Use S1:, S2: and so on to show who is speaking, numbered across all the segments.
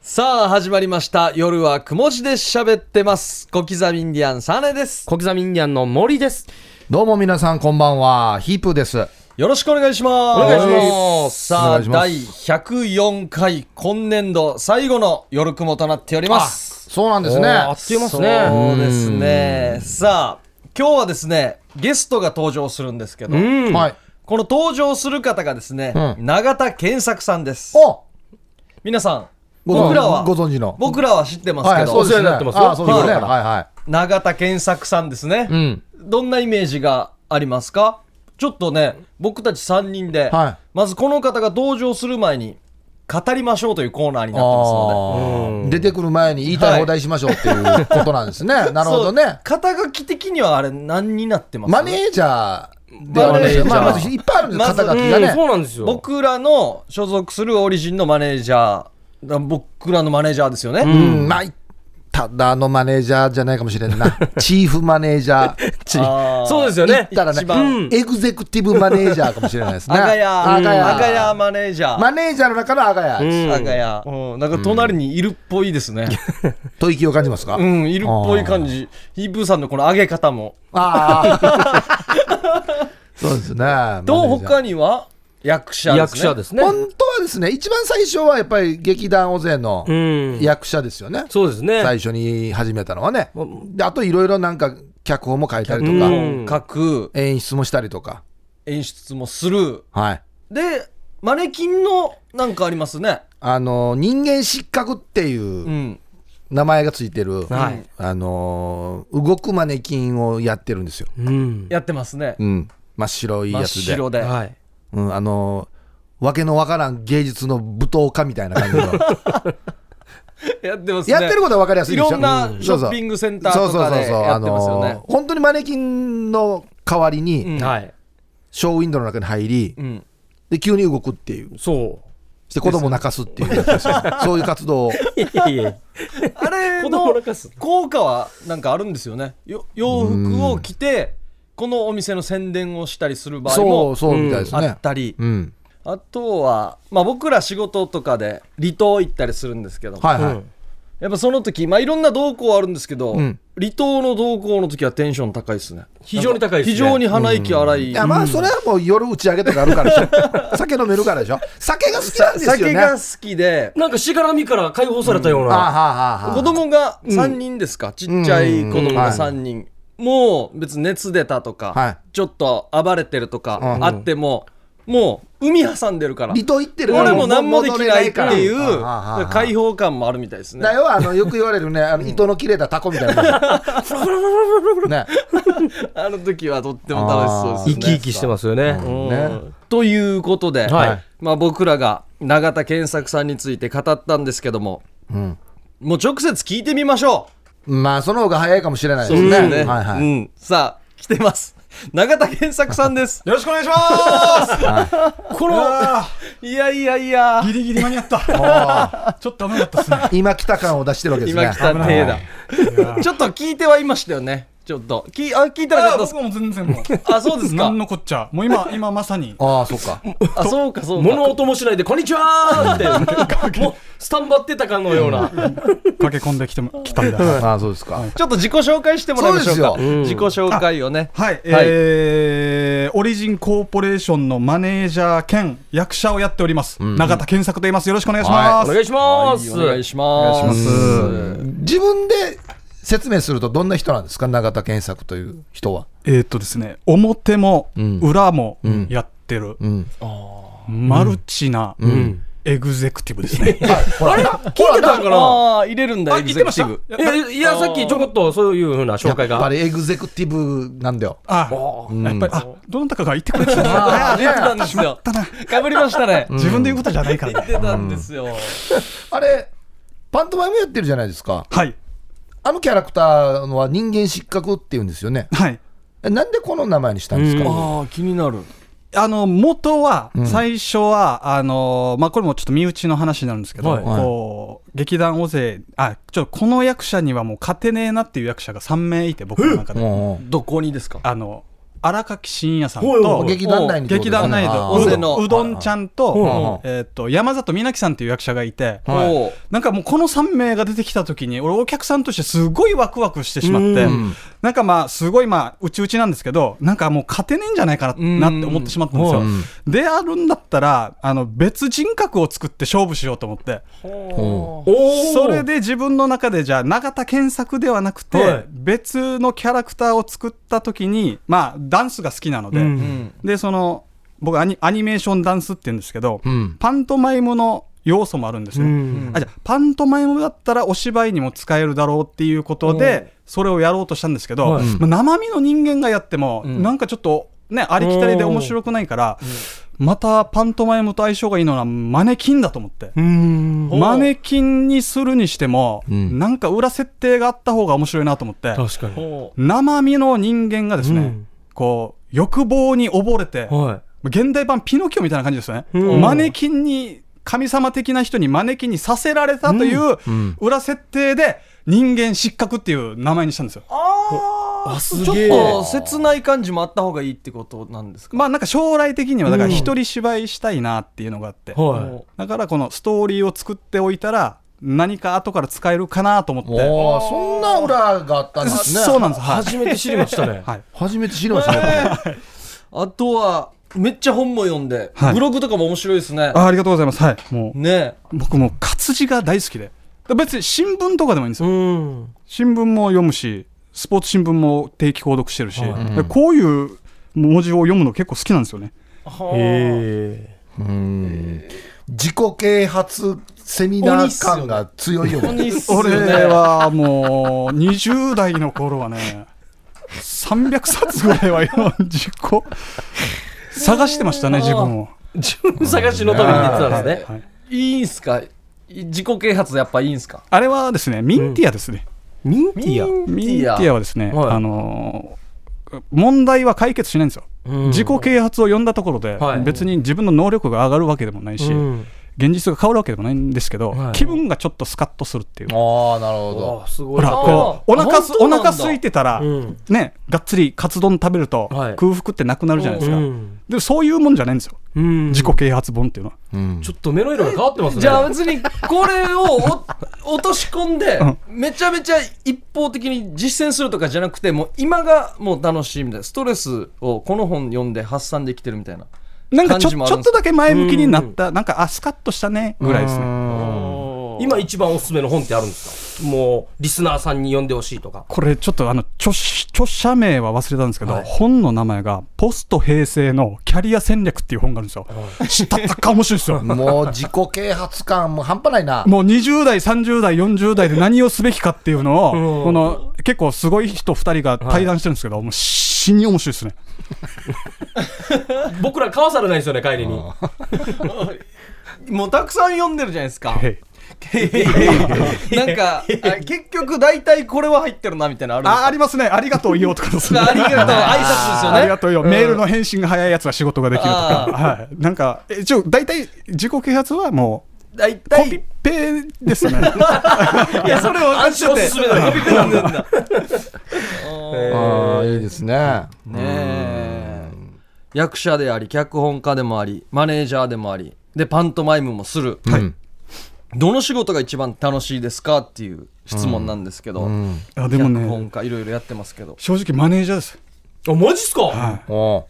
S1: さあ始まりました夜はくも字で喋ってます小刻みインディアンサネです
S2: 小刻みインディアンの森です。
S3: どうも皆さんこんばんは、ヒープーです。
S1: よろしくお願いします
S2: お願いします
S1: さ
S3: お
S1: あ
S3: 願いします
S1: 第104回今年度最後の夜雲となっております
S3: そうなんですね。
S2: おーあっという間ですね。
S1: そうですねさあ今日はですねゲストが登場するんですけど
S2: うん。
S3: はい。
S1: この登場する方がですね、
S3: うん
S1: 永田健作さんです
S3: お
S1: 皆さん
S3: ご存
S1: 僕らは
S3: ご存知の
S1: 僕らは知ってます
S3: は
S1: け
S3: い、
S1: ど、
S3: そうです
S2: お世話に
S3: ね。
S2: なってますよ
S3: あそうですね。
S1: は
S3: はいいは
S1: 永田健作さんですね、
S3: い。うん。
S1: どんなイメージがありますかちょっとね僕たち3人で、
S3: は
S1: まずこの方が登場する前に語りましょうというコーナーになってますので
S3: ああ。出てくる前に言いたい放題しましょうっていうことなんですね。なるほど
S1: そう
S3: ね。
S1: 肩書き的にはあれ何になってます
S3: マネージャーではないですよ
S1: マネージャー
S3: まあ、まずいっぱいあるんです、
S1: まず
S3: 肩書
S2: う
S3: き
S2: んそ
S3: が
S2: う
S3: ね。
S2: なんですよ。
S1: 僕らの所属するオリジンのマネージャーだ僕らのマネージャーですよね、
S3: うん、まあ、ただのマネージャーじゃないかもしれんな。チーフマネージャー。
S1: あー
S2: そうですよ
S3: 言っ
S2: ね。
S3: たら
S1: 一番
S3: ね、エグゼクティブマネージャーかもしれないですね。
S1: 阿賀屋
S3: 阿賀屋
S1: 阿賀屋マネージャー、
S3: マネージャーの中の阿賀
S2: う
S3: 屋。
S2: ん
S1: 阿賀屋、うん、なんか隣にいるっぽいですね、
S3: 吐息を感じますか
S1: うん、いるっぽい感じヒープーさんのこの上げ方も
S3: ああ。そうです
S1: と
S3: ね。マネージャー
S1: 他には役者です
S2: 役
S1: ね
S2: 者ですね。
S3: 本当はですね、一番最初はやっぱり劇団大勢の
S2: うん。
S3: 役者ですよね。
S2: そうですね。
S3: 最初に始めたのはね。で、あといろいろなんか脚本も書いたりと
S2: う
S3: か、
S2: ん
S1: 書く
S3: 演出もしたりとか。
S1: 演出もする
S3: はい。
S1: でマネキンのなんかありますね
S3: あの、人間失格っていううん名前がついてる、
S2: はい
S3: あの、動くマネキンをやってるんですよ。
S2: うん。
S1: やってますね
S3: うん。真っ白い
S1: 真っ
S3: やつで。
S1: 白で
S2: はい。
S3: うん、あのわけのわからん芸術の舞踏家みたいな 感じの
S1: やってますね
S3: やってることはわかりやすい
S1: い
S3: でしょ
S1: ろんな
S3: う
S1: ショッピングセンター
S3: そう
S1: と
S3: そう
S1: か
S3: そう
S1: で
S3: そう
S1: やってますよ
S3: あ
S1: ね
S3: のー本当にマネキンの代わりに、
S1: うん
S2: はい。
S3: ショーウィンドウの中に入り
S1: うん
S3: で急に動くっていう
S2: そ
S3: して子供泣かすっていうやつですよ そういう活動を
S2: う。いやい や
S1: あれ
S2: 子供
S1: の
S2: 泣かす。
S1: 効果はなんかあるんですよねよ洋服を着てこのお店の宣伝をしたりする場合
S3: そう
S1: も
S3: そうみたいです
S1: あ
S3: ね
S1: っ、たり
S3: うん
S1: あとはまあ僕ら仕事とかで離島行ったりするんですけど
S3: はいはい、
S2: うん
S1: やっぱその時まあいろんな動向はあるんですけど、
S3: うん
S1: 離島の動向の時はテンション高いですね
S2: 非常に高いですね
S1: 非常に鼻息荒い、
S3: いやまあそれはもう夜打ち上げとかあるからでし ょ酒飲めるからでしょ酒が好きなんですよね
S1: 酒が好きで
S2: なんかしがらみから解放されたよう
S3: あは
S2: な。
S3: あはあはあ
S1: 子供が3人ですか、ちっちゃい子供が3人、もう別に熱出たとか、
S3: はい
S1: ちょっと暴れてるとか、
S3: うん
S1: あってももう海挟んでるから
S3: 離島行ってる
S1: 俺も何もできないっていう
S3: 戻れなからああああ
S1: 解放感もあるみたいですね
S3: だよ、あの、よく言われるね、あの、糸の切れたタコみたいな。ね。
S1: あの時はとっても楽しそうですね
S2: 生き生きしてますよね。
S3: ん
S1: うんということで、
S2: はい
S1: まあ、僕らが永田健作さんについて語ったんですけども
S3: うん。
S1: もう直接聞いてみましょ
S3: まあ、その方が早いかもしれないうです
S1: そ
S3: ね。
S1: う
S3: はいは
S1: う
S3: い。
S1: ん、さあ来てます永田健作さんです
S4: よろしくお願いします
S2: この、
S1: いやいやいや
S4: ギリギリ間に合ったちょっと危なかったっすね
S3: 今来た感を出してるわけですね。
S1: 今来た手だ
S3: はい
S1: ちょっと聞いてはいましたよねちょっときあ聞いてなかった
S4: あ
S1: ですか
S4: 僕も全然もう
S1: あそうですか
S4: 何のこっちゃもう今今まさに
S3: ああ、そっか。
S1: あそうかそう
S2: 物
S1: か
S2: 音もしないで、こんにち はーって、もう、スタンバってたかのような。
S4: 駆け込んできてもきたんだ
S3: ああ、そうですか。
S1: ちょっと自己紹介してもらいましょうか
S3: そう
S2: ですようん
S1: 自己紹介をね
S4: はい、えー、オリジンコーポレーションのマネージャー兼役者をやっております、永田健作と言いますよろしくお願いします、
S2: お願いしま
S1: はい
S2: す。
S1: お願いします
S4: お願いします
S3: 自分で説明するとどんな人なんですか永田健作という人は。
S4: えー、っとですね表も
S3: ん
S4: 裏もやってる、
S3: うん。
S4: マルチな
S2: うん。
S4: エグゼクティブですね、
S2: あれ聞いてたんかな
S1: ああ入れるんだ
S4: あ
S1: エグゼ
S4: 言って
S1: ク
S4: まし
S1: テ
S4: た
S1: ィブ
S2: いや、いや、さっきちょこっとそういうふうな
S3: や
S2: 紹
S3: っ
S2: 介が。
S3: ぱりエグゼクティブなんだよ。
S4: あ
S3: ん
S4: やっぱりあどなたかが言ってくれてたんだ
S1: ああ出てたんですよ
S4: だな
S1: かぶりましたね
S4: 自分で言うことじゃないからね
S1: 出てたんですよ
S3: あれ、パントマイムやってるじゃないですか。
S4: はい
S3: あのキャラクターは人間失格っていうんですよね。
S4: はい
S3: えなんでこの名前にしたんですか、
S2: うん
S1: ああ気になる
S4: あの元は最初は、あのまあ、これもちょっと身内の話になるんですけど、
S2: はい
S4: こう劇団大勢あちょっとこの役者にはもう勝てねえなっていう役者が3名いて僕の中で
S3: も
S1: どこにですか
S4: あの荒垣真也さん
S2: ほいほい
S4: と
S2: ほい
S3: 劇団内にってこと
S4: 劇団内で
S3: あー
S1: 温
S4: う
S1: 泉
S4: ど
S1: の
S4: んうどんちゃん
S3: は
S4: と,、
S3: い
S4: えー、と山里みなきさんっていう役者がいて、
S3: はい
S1: おう
S4: なんかもうこの3名が出てきた時に俺お客さんとしてすごいワクワクしてしまって
S3: ん
S4: なんかまあすごいまあうちうちなんですけどなんかもう勝てねえんじゃないか
S1: うん
S4: ななって思ってしまったんですよ
S3: うん
S4: であるんだったらあの別人格を作って勝負しようと思って
S3: ほ
S2: お
S4: それで自分の中でじゃあ永田健作ではなく
S2: は
S4: て
S2: い
S4: 別のキャラクターを作った時にまあダンスが好きなので、
S2: うん
S1: うん
S4: でその僕アニアニメーションダンスって言うんですけど、
S3: うん
S4: パントマイムの要素もあるんですよ、
S2: うん
S4: あじゃあパントマイムだったらお芝居にも使えるだろうっていうことでそれをやろうとしたんですけど、
S2: はい
S4: まあ生身の人間がやっても、
S1: うん
S4: なんかちょっとねありきたりで面白くないから、またパントマイムと相性がいいのはマネキンだと思って、
S2: うん
S1: お
S4: マネキンにするにしても、
S3: うん
S4: なんか裏設定があった方が面白いなと思って
S2: 確かに
S1: おう
S4: 生身の人間がですね、
S2: うん
S4: こう欲望に溺れて、
S2: は
S4: 現代版ピノキオみたいな感じですよね、
S2: うん
S4: マネキンに神様的な人にマネキンにさせられたという
S3: うん
S4: 裏設定で人間失格っていう名前にしたんですよ、
S1: あー
S2: あす
S1: ち
S2: げえ
S1: ょっと切ない感じもあった方がいいってことなんですか
S4: まあなんか将来的にはだか
S2: う
S4: ら
S2: ん
S4: 一人芝居したいなっていうのがあって、
S2: いは
S4: だからこのストーリーを作っておいたら何か後から使えるかなと思って
S3: おーそんな裏があったんですね
S4: そうなんです
S2: い
S4: はい
S2: 初めて知りましたね
S4: はい
S3: 初めて知りましたね
S1: あとはめっちゃ本も読んで、
S4: はい
S1: ブログとかも面白いですね
S4: あありがとうございますはいもう
S1: ね
S4: 僕もう活字が大好きで別に新聞とかでもいいんですよ
S2: うん
S4: 新聞も読むしスポーツ新聞も定期購読してるし、
S2: はい
S4: でこういう文字を読むの結構好きなんですよね
S1: はあ
S2: え
S3: うん自己啓発セミナー感が強いよね
S1: 鬼っすよ
S4: 俺
S1: ね
S4: はもう20代の頃はね300冊ぐらいは読んじこ探してましたね自分を
S2: え自分探しのために出てたんですね
S4: はい
S1: いいんすかい自己啓発やっぱいいんすか
S4: あれはですねミンティアですね、
S2: ミンティア
S1: ミンテ
S4: ミンテ
S1: ィア
S4: ィアはですね、
S2: はい
S4: あのー問題は解決しないんですよ、
S2: うん
S4: 自己啓発を読んだところで、
S2: はい
S4: 別に自分の能力が上がるわけでもないし、
S2: うん
S4: 現実が変わるわけでもないんですけど、
S2: はい
S4: 気分がちょっとスカッとするっていう
S3: ああなる
S2: あ
S3: ほど
S2: すご
S4: ほ
S2: い
S4: ら
S1: あー
S4: こうお腹すお
S1: 本当なんだ
S4: 腹空いてたら、
S2: うん
S4: ねがっつりカツ丼食べると、
S2: はい
S4: 空腹ってなくなるじゃないですか、
S2: うん
S4: でもそういうもんじゃないんですよ、
S2: うん
S4: 自己啓発本っていうのは
S3: うん
S2: ちょっと目の色が変わってますね
S1: じゃあ別にこれをお落とし込んで
S4: うん
S1: めちゃめちゃ一方的に実践するとかじゃなくてもう今がもう楽しいみたいなストレスをこの本読んで発散できてるみたいな
S4: なんかち
S1: 感
S4: ょ
S1: じ
S4: ち
S1: もある
S4: ょ
S1: んで
S4: っ
S1: す
S4: と
S1: か
S4: だけ前向きになった、なんかあスカッとしたねぐらいですね、
S2: 今一番おすすめの本ってあるんですかもうリスナーさんに読んでほしいとか
S4: これちょっとあの著著者名は忘れたんですけど、
S2: はい
S4: 本の名前が「ポスト平成のキャリア戦略」っていう本があるんですよ、したたか面白いですよ
S3: もう自己啓発感も半端ないな
S4: もう20代、30代、40代で何をすべきかっていうのを、
S2: うん
S4: この結構すごい人2人が対談してるんですけど、もう死に面白いですね。
S2: 僕ら買わされないですよね帰りに
S1: もうたくさん読んでるじゃないですか
S4: はい
S1: なんかあ結局大体これは入ってるなみたいなの
S4: あ
S1: あ
S4: あ
S1: るん
S4: りますね、ありがとう言おうとかです
S1: です
S4: ね。
S1: かありがとう挨
S4: あ
S1: 拶
S4: り
S1: ですよ
S4: が
S1: ね
S4: とうよ、メールの返信が早いやつは仕事ができるとか、はい、なんか、一応、大体、自己啓発はも
S1: 大
S4: う、コピ
S1: 体
S4: ペです ね、
S1: いやそれを
S2: あんちおすすめだよ
S1: コピペなんだね
S3: ああいいですね
S1: え役者であり脚本家でもありマネージャーでもありでパントマイムもする、
S3: はい
S1: どの仕事が一番楽しいですかっていう質問なんですけど、
S4: あでも
S1: 脚本
S4: ね、
S1: 家いろいろやってますけど
S4: 正直、マネージャーです、
S2: あマジっすか、
S4: はい
S3: おう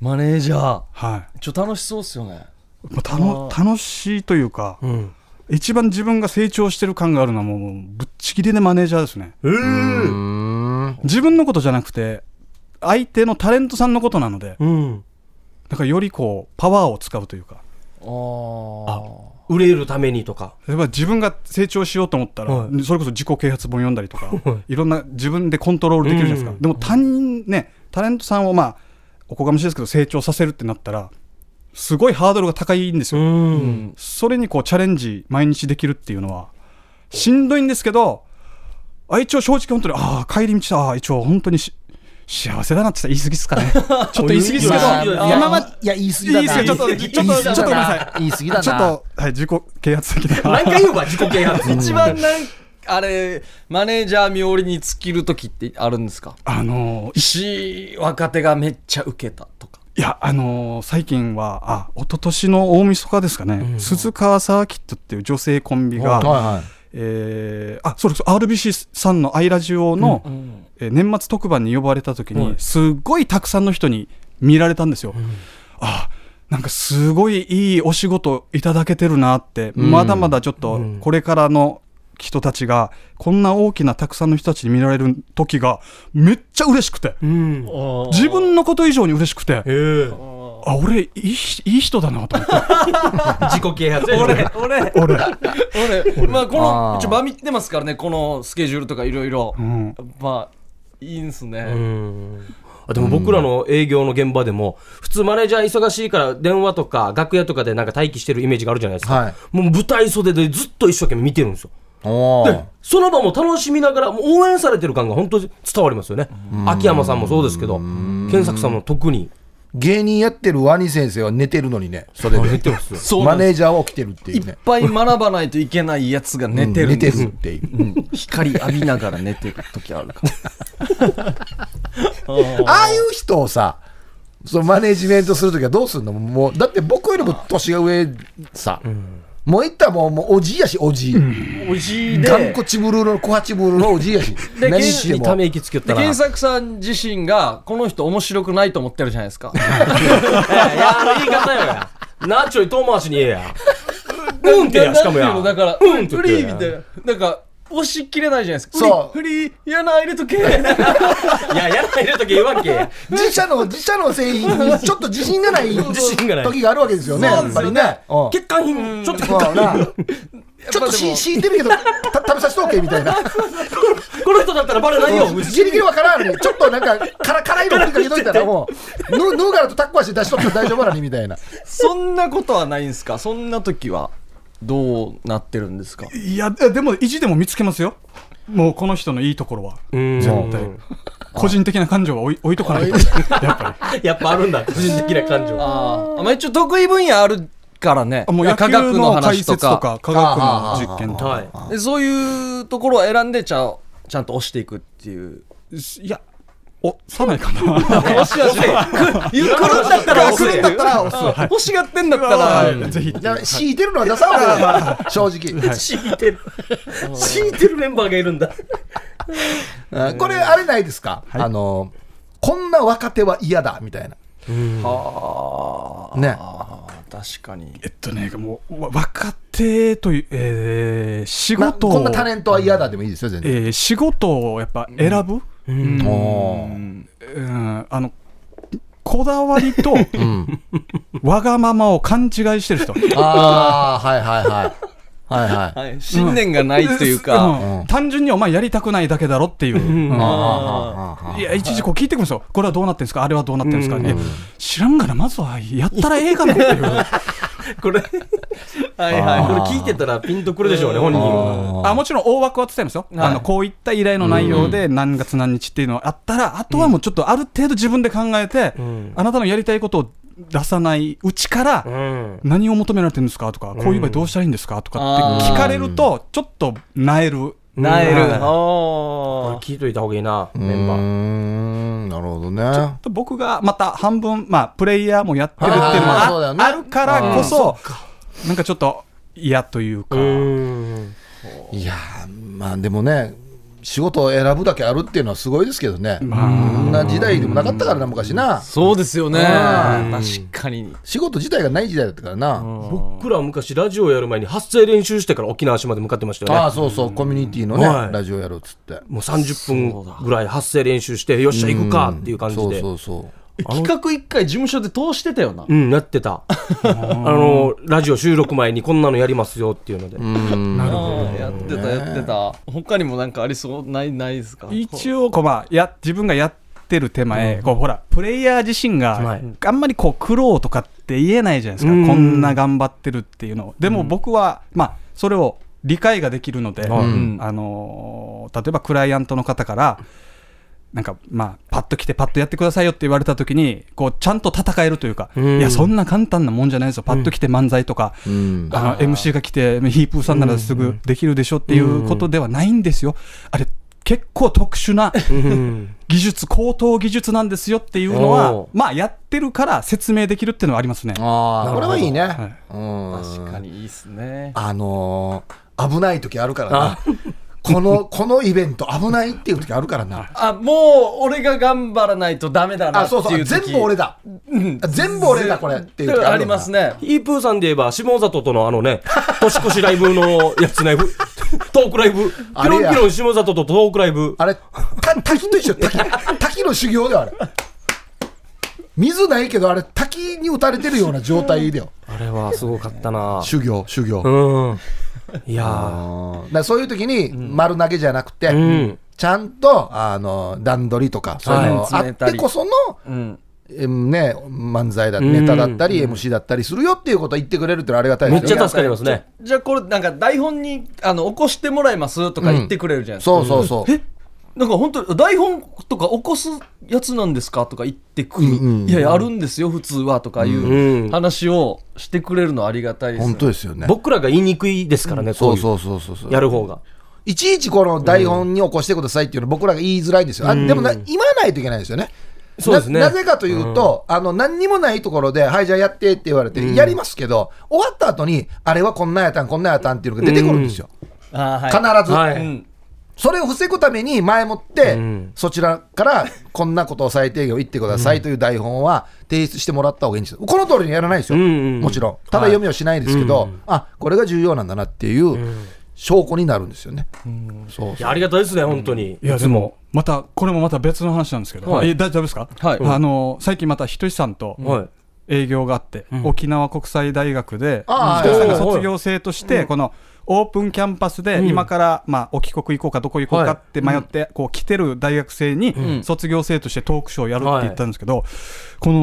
S1: マネージャー
S4: は
S1: ちょ楽しそうっすよね
S4: い、もうたの楽しいというか、
S2: うん
S4: 一番自分が成長してる感があるのは、もう、ぶっちぎりでマネージャーですね。
S2: えー、
S4: 自分のことじゃなくて相手のタレントさんのことなので
S2: うん
S4: だからよりこうパワーを使うというか
S1: あー
S2: 売れるためにとか
S4: 例えば自分が成長しようと思ったら、
S2: はい
S4: それこそ自己啓発本読んだり とか、い、ろんな自分でコントロールできるじゃないですか、
S2: うん
S4: でも他人ねタレントさんをまあおこがましいですけど成長させるってなったらすごいハードルが高いんですよ、
S2: ん
S4: それにこうチャレンジ毎日できるっていうのはしんどいんですけどあ一応正直本当にああ帰り道ああ一応本当にし幸せだなって言ったら言い過ぎですかね ちょっと言い過ぎですけど
S2: まあ
S3: いや
S2: まあ
S4: まあ
S3: いや言い過ぎだな
S4: 言い過ぎちょっとちょっとちょっとごめんなさ
S3: い言い過ぎだな
S4: ちょっと、はい、自己啓発的な。
S2: 何回言うか自己啓発
S1: 一番なんあれマネージャー冥利に尽きる時ってあるんですか
S4: あの
S1: し若手がめっちゃウケたとか
S4: いやあの最近はあ一昨年の大晦日ですかね、鈴川サーキットっていう女性コンビが、
S3: は
S4: えーあそうです RBC さんの「アイラジオの」えー年末特番に呼ばれた時にすっごいたくさんの人に見られたんですよ。あなんかすごいいいお仕事いただけてるなって、まだまだちょっとこれからの人たちがこんな大きなたくさんの人たちに見られる時がめっちゃ嬉しくて、自分のこと以上に嬉しくて、あ俺いいしいい人だなと思って
S2: 自己啓発
S1: 俺俺
S4: 俺、
S1: 俺まあこ
S3: あ
S1: の
S3: ー
S1: 一応バミってますからねこのスケジュールとかいろいろ
S4: うん、
S1: まあいいんすね、
S2: あでも僕らの営業の現場でも、普通マネージャー忙しいから電話とか楽屋とかでなんか待機してるイメージがあるじゃないですか。
S3: はい
S2: もう舞台袖でずっと一生懸命見てるんですよ。
S3: い。おー
S2: その場も楽しみながら、もう応援されてる感が本当に伝わりますよね。秋山さんもそうですけど、健作さんも特に。
S3: 芸人やってるワニ先生は寝てるのにね、それ
S2: あ
S3: で。
S2: 寝てますよ
S1: そうな
S3: マ
S1: んです
S3: ネージャーは起きてるって
S1: い
S3: いう
S1: っ
S3: ね。
S1: ぱい学ばないといけないやつが寝てるんです、
S3: うん寝てるっていう。
S1: うん光浴びながら寝てる時あるから
S3: ああいう人をさ、そのマネジメントするときはどうするのもう、だって僕よりも年が上さ、もういったらもう、もうおじいやし、おじい。
S1: おじいで
S3: 頑固ちぶるの、小八ぶるのおじいやし。
S1: で
S3: 何
S1: 現
S3: して
S2: にた
S3: も
S2: め。息つきよった
S1: で
S2: な。
S1: 原作さん自身がこの人面白くないと思ってるじゃないですか
S2: いやいや、あの言い方よや。なあちょい遠回しに言えや。うんってや、しかもや。
S1: なんていうのだから、
S2: うんって
S1: フ
S2: 言
S1: リ
S2: っ
S1: ー
S2: て
S1: みたいななんか押し切れないじゃないですか
S3: そう
S1: フリーフリーやな入れとけ
S2: いや、やらないとき言うわけや。
S3: 自社の、自社の製品にちょっと自信がない
S2: 自信がない
S3: 時があるわけですよね、
S1: そう
S3: や
S1: で
S3: っ
S1: す
S3: ぱ
S1: よ
S3: り
S1: ね
S3: ね。うん
S2: 血管品、ちょっと
S3: そうやなちょっと
S1: でも
S3: し敷いてるけど、た食べさせとけみたいな。
S2: この人だったらバレないよ。
S3: ギリギリわからんのに、ちょっとなんか、から辛いのかけといたら、もう、ぬ脱がらとタッパーして出しとっても大丈夫なのにみたいな。
S1: そんなことはないんですかそんな時はどうなってるんですか
S4: いやででも意地でも見つけますよもうこの人のいいところは
S2: うん
S4: 絶対個人的な感情は置い置いとかないとやっぱり
S2: やっぱあるんだ、個人的な感情。
S1: ああまあ一応得意分野あるからね
S4: あもう野
S1: 科
S4: 球
S1: 学
S4: の
S1: の
S4: 解
S1: 話
S4: 説と
S1: とか
S4: か科学の実験とか
S2: は
S1: でそういうところを選んでちゃちゃんと押していくっていう
S4: いやおさないかな
S1: 押しはしないゆ来るんだったら押
S2: 来
S1: せ
S2: る
S1: る
S2: ん
S1: ん
S2: だ
S1: だ
S2: っ
S1: ったたら押す欲しがってんだったら
S4: はい ぜひ
S3: じゃあ敷いてるのは出さないよ、正直。
S2: い。敷いてる。敷いてるメンバーがいるんだ。
S3: あこれ、あれないですか、あの、こんな若手は嫌だ、みたいな。
S1: あ
S3: ね。
S1: あ確かに
S4: えっとねもうわ若手という、えー仕
S3: まあ
S4: 事
S3: こ
S4: を、
S3: んなタレントは嫌だでもいいですよ、全然。
S4: えー仕事をやっぱ選ぶ、
S2: うん。
S3: お
S4: う
S3: ー
S4: んあのこだわりと
S3: うん
S4: わがままを勘違いしてる人
S3: ああ、はいはいはい。はいはい。
S1: はい信念がないというか、
S4: ん単純にお前やりたくないだけだろっていう、うん
S3: あーあーあーあ
S4: いや、一時こう聞いてくるんですよ。これはどうなってんですかあれはどうなってんですか、え知らんがな、まずはやったらええがなっていう。
S2: これ、はいはい。これ聞いてたらピンとくるでしょうね、本人は。
S4: あもちろん大枠は伝えますよ、あの。こういった依頼の内容で何月何日っていうのはあったら、あとはもうちょっとある程度自分で考えて、あなたのやりたいことを出さないうちから、
S2: うん。
S4: 何を求められてるんですかとか、こういう場合どうしたらいいんですかとかって聞かれると、ちょっとなえる。
S1: なえる、
S4: はい
S2: これ
S1: あ
S2: 聞いといた方がいいな、
S3: ーう
S2: メンバー。
S3: ーん、なるほどね。
S4: 僕がまた半分、まあ、プレイヤーもやってるっていうの
S3: あーそうだ
S4: が
S3: よね
S4: あ,、るからこそ、なんかちょっと嫌というか、
S2: うん。
S3: いやーまあでもね仕事を選ぶだけあるっていうのはすごいですけどね、こんな時代でもなかったからな昔な
S1: そうですよね
S3: うん
S1: 確かに
S3: 仕事自体がない時代だったからな、
S2: 僕らは昔ラジオやる前に発声練習してから沖縄市まで向かってましたよね。
S3: ああそうそうコミュニティのね、
S2: はい
S3: ラジオやろうっつって
S2: もう30分ぐらい発声練習して、よっしゃ、行くかっていう感じ
S3: そう
S2: で、
S3: そうそう
S1: 企画一回事務所で通してたよな、
S2: うん、やってた。あの、ラジオ収録前にこんなのやりますよっていうので。
S1: あーやってたやってた他にもなんかありそうないないですか
S4: 一応こう、まあ、や自分がやってる手前、こうほらプレイヤー自身
S2: は
S4: が
S2: い
S4: あんまりこう苦労とかって言えないじゃないですか、
S2: うん
S4: こんな頑張ってるっていうのをでも僕は、まあ、それを理解ができるので、
S2: は
S1: う
S2: い
S1: ん
S4: あのー例えばクライアントの方からなんかまあ、パッと来て、パッとやってくださいよって言われたときに、こうちゃんと戦えるというか、
S2: うん
S4: いや、そんな簡単なもんじゃないですよ、パッと来て漫才とか、
S3: うん
S4: あの MC が来て、ヒープーさんならすぐできるでしょっていうことではないんですよ、あれ、結構特殊な
S2: うん
S4: 技術、高等技術なんですよっていうのは
S2: おー、
S4: まあ、やってるから説明できるっていうのはありますね。
S3: ああこれはいいね、う
S4: い
S3: ん
S1: 確かにいいっすね
S3: あのー危ない時あるからなこのこのイベント危ないっていう時あるからな
S1: あもう俺が頑張らないとダメだなっ
S3: あ
S1: てい
S3: そう
S1: う
S3: そう
S1: 時
S3: 全部俺だ全部俺だこれっていう時
S1: あ
S3: ある
S1: り
S3: よな
S1: ますね
S2: イープーさんで言えば、下里とのあのね、 年越しライブのやつね、ふトークライブ、ピ
S3: あ
S2: ロ
S3: れ
S2: ン
S3: や
S2: ピロン下里とトークライブ、
S3: あれた滝と一緒滝滝の修行だよあれ水ないけどあれ滝に打たれてるような状態だよ
S2: あれはすごかったな。
S3: 修行修行、
S2: うん。いや
S3: だからそういう時に丸投げじゃなくて、
S2: ん
S3: ちゃんとあの段取りとかそういうの
S1: はい
S3: あってこその、
S1: うん
S3: えーね、漫才だ
S2: ん
S3: ネタだったり MC だったりするよっていうことを言ってくれるってのはありがたい
S2: ー、
S3: で
S2: め
S3: す
S2: っ
S3: よね
S2: ちゃ助かりますね。
S1: じゃあこれなんか台本にあの起こしてもらいますとか言ってくれるじゃないですか、
S3: そうそうそう、
S1: なんか本当台本とか起こすやつなんですかとか言ってくる、
S3: うんうん
S1: いやいやあるんですよ普通はとかいううん話をしてくれるのありがたいです
S3: 本当
S1: に
S3: ですよね
S2: 僕らが言いにくいですからね、
S3: そ
S2: こ
S3: う
S2: ういう。
S3: そうそうそうそう
S2: やる方が。
S3: いちいちこの台本に起こしてくださいっていうの僕らが言いづらいんですよ、あでもな言わないといけないですよね
S2: そうですね
S3: ななぜかというと、あの何にもないところで、はい、じゃあやってって言われて、やりますけど、終わった後に、あれはこんなんやったん、こんなんやったんっていうのが出てくるんですよ、
S1: あー、はい、
S3: 必ず、
S2: は
S1: う
S2: い。
S1: ん
S3: それを防ぐために前もって、
S2: うん
S3: そちらからこんなことを最低限言ってくださいという台本は提出してもらった方がいいんですよ。この通りにやらないですよ、
S2: うんうん
S3: もちろん。ただ読みはしないですけど、あこれが重要なんだなっていう証拠になるんですよね。そう
S2: いや、ありがたいですね、本当に。
S4: いやでもまたこれもまた別の話なんですけど、
S2: はい
S4: え大丈夫ですか、
S1: はい
S4: あの最近またひとしさんと
S2: はい。
S4: 営業があって、沖縄国際大学で
S3: あ
S4: ひ
S3: ー
S4: としさんが
S2: はい
S4: 卒業生としてこのオープンキャンパスで今からまあお帰国行こうかどこ行こうかって迷ってこう来てる大学生に
S1: ん
S4: 卒業生としてトークショーをやるって言ったんですけどこの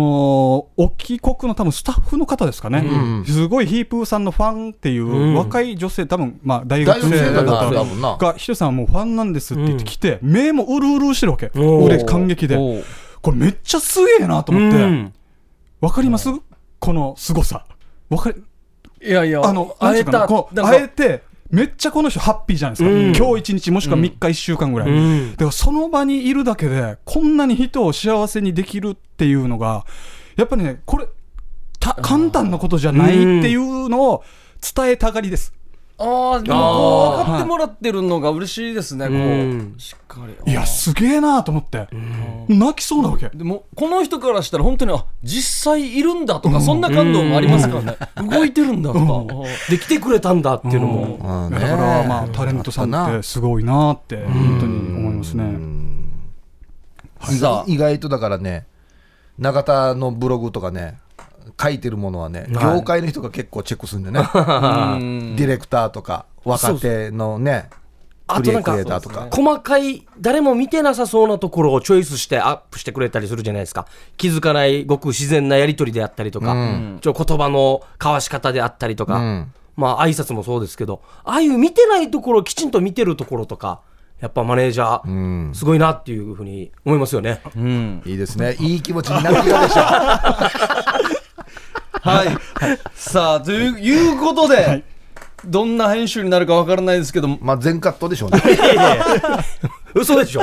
S4: お帰国の多分スタッフの方ですかね
S3: うん
S4: すごいヒープーさんのファンっていうん若い女性多分まあ大学生だ
S3: 大学生だ
S4: った
S3: 多分な
S4: がひとしさんはもうファンなんですって言って来て目もうるうるしてるわけ
S2: おー
S4: 俺感激で
S1: おー
S4: これめっちゃすげえなと思って。わかりますこの凄さ。わかり、
S1: いやいや
S4: あの、なん
S1: 会え
S4: ていうかな
S1: た
S4: こう
S1: なんか
S4: 会えて、めっちゃこの人ハッピーじゃないですか。
S2: うん
S4: 今日一日、もしくは3日、1週間ぐらい。
S2: うん
S4: だからその場にいるだけで、こんなに人を幸せにできるっていうのが、やっぱりね、これ、た簡単なことじゃないっていうのを伝えたがりです。
S1: ああでもこう分かってもらってるのが嬉しいですねこう、
S2: うん
S1: しっかり
S4: いや、すげえなと思って。泣きそうなわけ。
S1: でもこの人からしたら本当にあ実際いるんだとかそんな感動もありますからね動いてるんだとか
S2: で、来てくれたんだっていうの
S4: うん
S2: も。
S3: まあ
S4: だ
S3: ね
S4: から、まあ、タレントさんってすごいなって、本当に思いますね。
S3: 意外意外とだからね永田のブログとかね書いてるものはね、
S2: はい
S3: 業界の人が結構チェックするんでねデ
S1: うん
S3: ィレクターとか若手のね
S2: あ
S3: ク
S2: と
S3: リ
S2: な
S3: エイ
S2: んか
S3: クリエイターとか、
S2: 細かい、誰も見てなさそうなところをチョイスしてアップしてくれたりするじゃないですか。気づかない、ごく自然なやりとりであったりとか、ちょ言葉の交わし方であったりとか、
S3: うん
S2: まあ、挨拶もそうですけど、ああいう見てないところをきちんと見てるところとか、やっぱマネージャー、すごいなっていうふうに思いますよね。
S3: いいですねいい気持ちになるようでしょ
S1: はいさあといういうことで、どんな編集になるかわからないですけども
S3: まあ全カットでしょうね
S2: 嘘でし ょ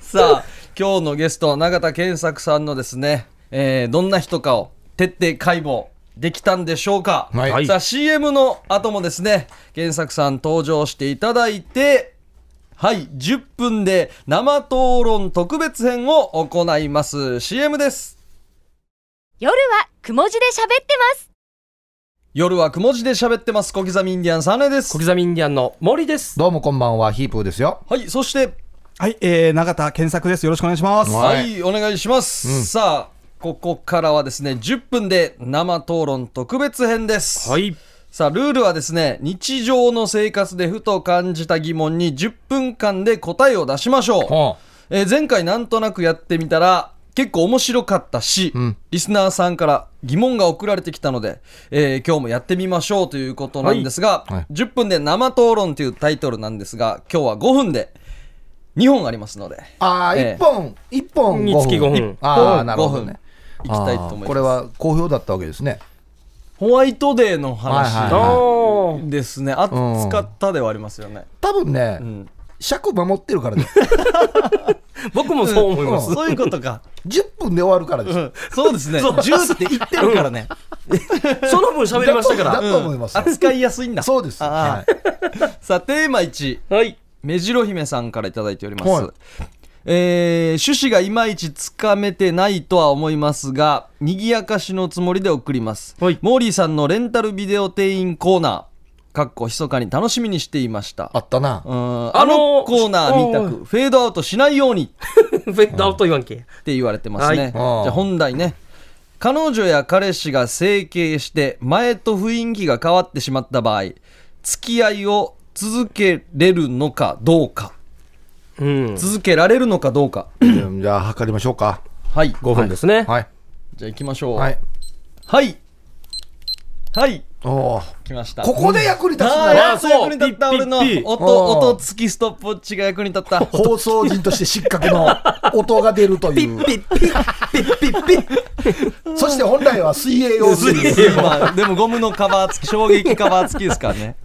S1: さあ今日のゲストは永田健作さんのですね、えーどんな人かを徹底解剖できたんでしょうか、
S3: はい
S1: さあ CM の後もですね健作さん登場していただいてはい10分で生討論特別編を行います CM です
S5: 夜はくも字で喋ってます。
S1: 夜はくも字で喋ってます小刻みインディアンサネです
S2: 小刻みインディアンの森です。
S3: どうもこんばんはヒープーです よ
S1: はいそして
S4: はい、えー、永田健作です。よろしくお願いします。
S3: は
S1: はいい、お願いします、さあここからはですね10分で生討論特別編です
S2: はい。
S1: さあ、ルールはですね、日常の生活でふと感じた疑問に10分間で答えを出しましょう。えー前回なんとなくやってみたら、結構面白かったし、リスナーさんから疑問が送られてきたので、えー今日もやってみましょうということなんですが、
S3: はいはい
S1: 10分で生討論というタイトルなんですが、今日は5分で
S6: 2本ありますので
S3: ああ、
S6: え
S3: 1
S6: え
S3: 本、一本
S2: につき
S3: 五
S2: 五分
S3: あ
S6: 五
S3: あ、なるほど
S6: 分
S3: ね。
S6: いきたいと思います
S3: あーこれは好評だったわけですね。
S6: ホワイトデーの話、
S3: はいはいはい
S2: おー
S6: ですね暑
S3: うん
S6: かったではありますよね、
S3: 多分ね、
S6: うん
S3: 尺守ってるからです。
S2: 僕もそう思います。
S6: そういうことか、
S3: 10分で終わるからです。
S6: うんそうですね10って言ってるからね、
S2: その分喋りましたか
S3: だと思いますよ。
S6: 扱いやすいんだ
S3: そうです。
S6: あ
S3: は
S6: ーさあテーマ1
S2: ら。はい。
S6: 目白姫さんから頂いいております、
S3: はい
S6: えー趣旨がいまいちつかめてないとは思いますが賑やかしのつもりで送ります、
S2: はい
S6: モーリーさんのレンタルビデオ店員コーナーかっこ密かに楽しみにしていました
S3: あったな
S6: う。ん
S2: あ
S6: あ
S2: の
S6: のコーナー見た
S2: お
S6: くフェードアウトしないように
S2: フェッドアウト言わんけ。
S6: って言われてますね、
S2: はい
S6: じゃあ本題ね彼女や彼氏が整形して前と雰囲気が変わってしまった場合付き合いを続けれるのかどうか
S2: うん。
S6: 続けられるのかどうか
S3: じゃあ、測りましょうか。
S6: はい
S2: 5分ですね。
S3: はい。
S6: じゃあ行きましょう
S3: はい。
S6: はいはい
S3: おー
S6: 来ました
S3: ここで役に立つん
S6: あ
S3: だ
S6: あや
S3: な。
S6: っと役に立った
S2: ピッ
S6: 俺の
S2: ピッピッ
S6: 音
S3: おー
S6: 音付きストップウォッチが役に立った
S3: 放送人として失格の音が出るとい
S2: ピッ
S3: う。
S2: ピッピッピッピッ。
S3: そして本来は水泳用水。
S6: まあでもゴムのカバー付き衝撃カバー付きですからね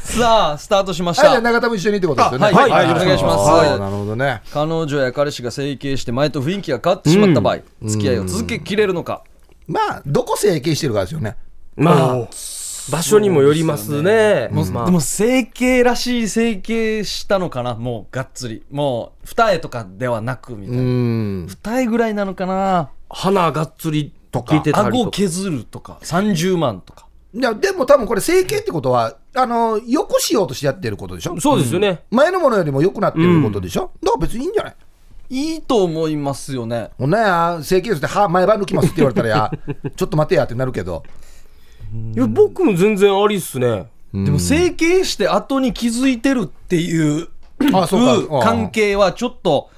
S6: さあスタートしまし
S3: はい、じゃあ
S6: た
S3: 長田も一緒にってことですよね。
S6: あはいはい
S3: はい
S6: お願いします
S3: はいなるほどね。
S6: 彼女や彼氏が整形して前と雰囲気が変わってしまった場合、付き合いを続けきれるのか、
S3: まあ、どこ整形してるかですよね。
S2: まあ、場所にもよりますね。
S6: もう
S2: まあ
S6: でも整形らしい整形したのかなもうがっつりもう二重とかではなくみたいな、
S3: ん。
S6: 二重ぐらいなのかな
S2: 鼻がっつりとか。てたりと
S6: 顎
S2: か。
S6: 削るとか30万とか
S3: いや、でも多分これ整形ってことは、あの、よくしようとしてやってることでしょ
S2: そうですよね。
S3: 前のものよりも良くなってることでしょ、だから別にいいんじゃない
S6: いいと思いますよね
S3: ほんなや、整形して歯前歯抜きますって言われたらや、ちょっと待てやってなるけど。
S2: いや、僕も全然ありっすね。
S6: でも整形して後に気づいてるっていう
S3: あ、そうか。
S6: 関係はちょっと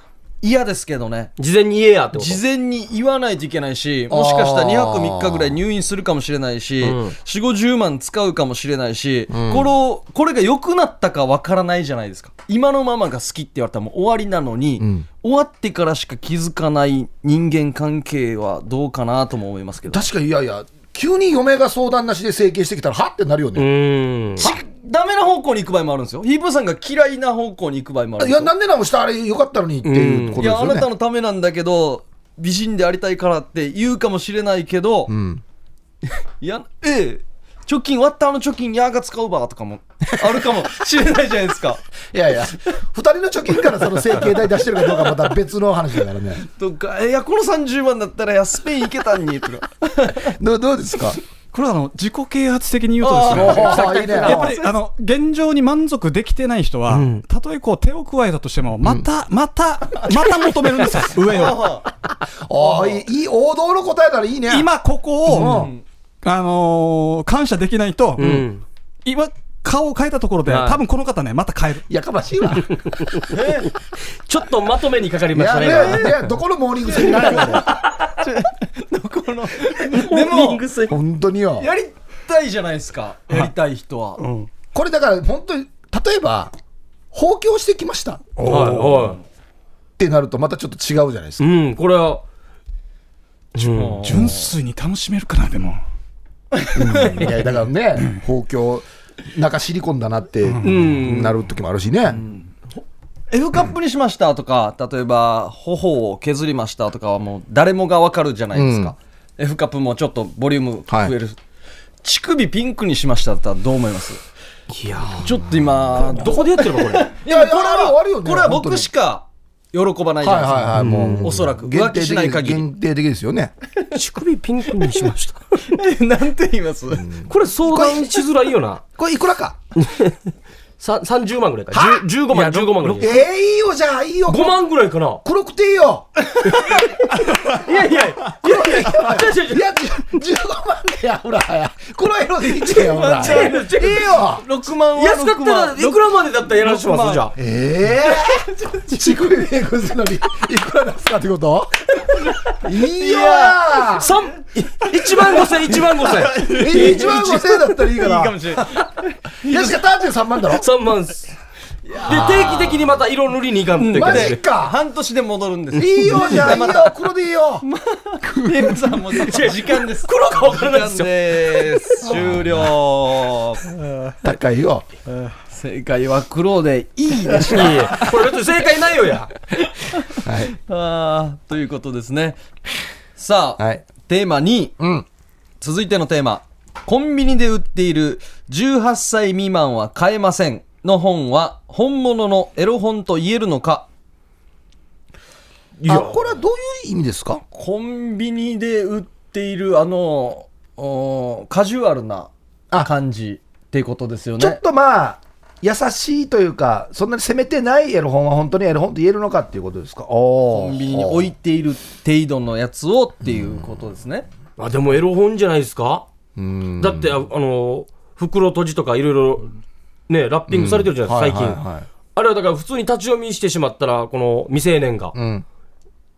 S6: 嫌ですけどね
S2: 事前に言えやってこと。
S6: 事前に言わないといけないしもしかしたら2泊3日ぐらい入院するかもしれないし、
S2: ん
S6: 4 5 0万使うかもしれないし、これをこれが良くなったかわからないじゃないですか今のままが好きって言われたらもう終わりなのに、
S3: ん
S6: 終わってからしか気づかない人間関係はどうかなとも思いますけど
S3: 確かに、いやいや、急に嫁が相談なしで整形してきたら、はってなるよ
S2: う
S3: ね。
S2: ーん。
S6: ちダメな方向に行く場合もあるんですよヒープーさんが嫌いな方向に行く場合もあるん
S3: い
S6: です
S3: や、
S6: よ
S3: なんで直したあれ良かったのにっていうこと
S6: い
S3: です
S6: やあ
S3: よ
S6: な
S3: ね
S6: た。のためなんだけど美人でありたいからって言うかもしれないけど、
S3: ん
S6: いやええ貯金割ったあの貯金やが使うばとかもあるかもしれないじゃないですか
S3: いやいや、二人の貯金からその整形代出してるかどうかまた別の話だからね。
S6: とかえいやこの30万だったらいやスペイン行けたんにとか
S3: どうどうですか
S4: これはあの自己啓発的に言うとですね
S3: ああいいね
S4: やっぱりあの現状に満足できてない人は、たとえこう手を加えたとしても、また、また、また求めるんですよ、 上を。
S3: ああいいいい王道の答えならいいね
S4: 今、ここを、
S3: うん
S4: あのー感謝できないと、
S2: うん。
S4: 今、顔を変えたところで、
S2: はい
S4: 多分この方ね、また変える。
S3: やかましいわい
S2: ちょっとまとめにかかりまし
S3: や
S2: た
S3: い
S2: ね。
S3: やいやどこのモーニングセミナーやねんこ
S6: で
S2: モーニン
S6: も
S2: グス
S3: れ本当によ
S6: やりたいじゃないですかやりたい人は、
S3: これだから本当に例えば放棄をしてきましたっ
S2: はいは
S3: てなるとまたちょっと違うじゃないです
S2: い。
S3: か
S2: うん、これは。うん
S4: 純粋に楽しめるかな、でも。
S3: いやだからね放棄を中シリコンだなって
S2: ん
S3: なる時もあるしね
S6: F カップにしましたとか、例えば頬を削りましたとかはもう誰もがわかるじゃないですか、F カップもちょっとボリューム増える、乳首ピンクにしましただったらどう思います
S2: いやー
S6: ちょっと今
S2: どこでやってるのこれ。
S6: いや
S3: いや
S6: これ
S3: あるあるよ
S6: は
S3: ね
S6: これは
S3: 本当
S6: 僕
S3: に
S6: しか喜ばないじゃ
S3: はい
S6: ないです
S3: はい
S6: か
S3: はいもう
S6: おそらく
S3: 限
S6: 浮
S3: 定
S6: 気
S3: 的
S6: しない限り
S3: 限定的ですよね
S2: 乳首ピンクにしました。
S6: なんて言います
S2: これ相談しづらいよな。
S3: これいくらか
S2: さ30万ぐらいか。10 15万、15万ぐら
S3: え
S2: い。
S3: えいいよじゃあいいよ
S2: 5万ぐらいかな。
S3: 黒くていいよ
S2: いやいや、いやいや、違う違う違。
S3: いうや、じゅ15万でや、ほら、や。黒色で1円や、ほ ら。
S2: 違う違う
S3: いいよ
S6: 6万は
S2: 安かっ
S6: 6
S2: たら
S6: 万
S2: いくらまでだったらやらしますじゃあ。
S3: ええ乳首メイクするのに、いくら出すかってこといいよ
S2: 三1万5千、1万5千。
S3: え !1 万5000円だったらいいか
S6: いい
S3: ら。
S6: かもしれない
S3: 確か33万だろ
S2: 3万定期的にまた色塗りに行かんといけ
S3: マ
S2: ない
S3: ジ
S2: で。
S3: か
S6: 半年で戻るんです
S3: いいよじゃあいいよ黒でいいよ
S6: テーブさんも時間です
S2: 黒か分からないです
S6: 時間
S2: よ。
S6: です終了
S3: 高いよ
S6: 正解は黒でいいでし
S2: いやいやこれ別に正解ないよや。
S3: はい
S6: たということですねさあ、
S3: はい
S6: テーマ2
S3: うん
S6: 続いてのテーマコンビニで売っている18歳未満は買えませんの本は本物のエロ本と言えるのか
S3: あこれはどういう意味ですか
S6: コンビニで売っているあのおカジュアルな感じってことですよね
S3: ちょっとまあ優しいというかそんなに責めてないエロ本は本当にエロ本と言えるのかっていうことですかコ
S6: コンビニに置いている程度のやつをっていうことですね。
S2: あでもエロ本じゃないですかだってああの袋閉じとかいろいろねラッピングされてるじゃないですか、最近、あれはだから普通に立ち読みしてしまったらこの未成年が
S3: うん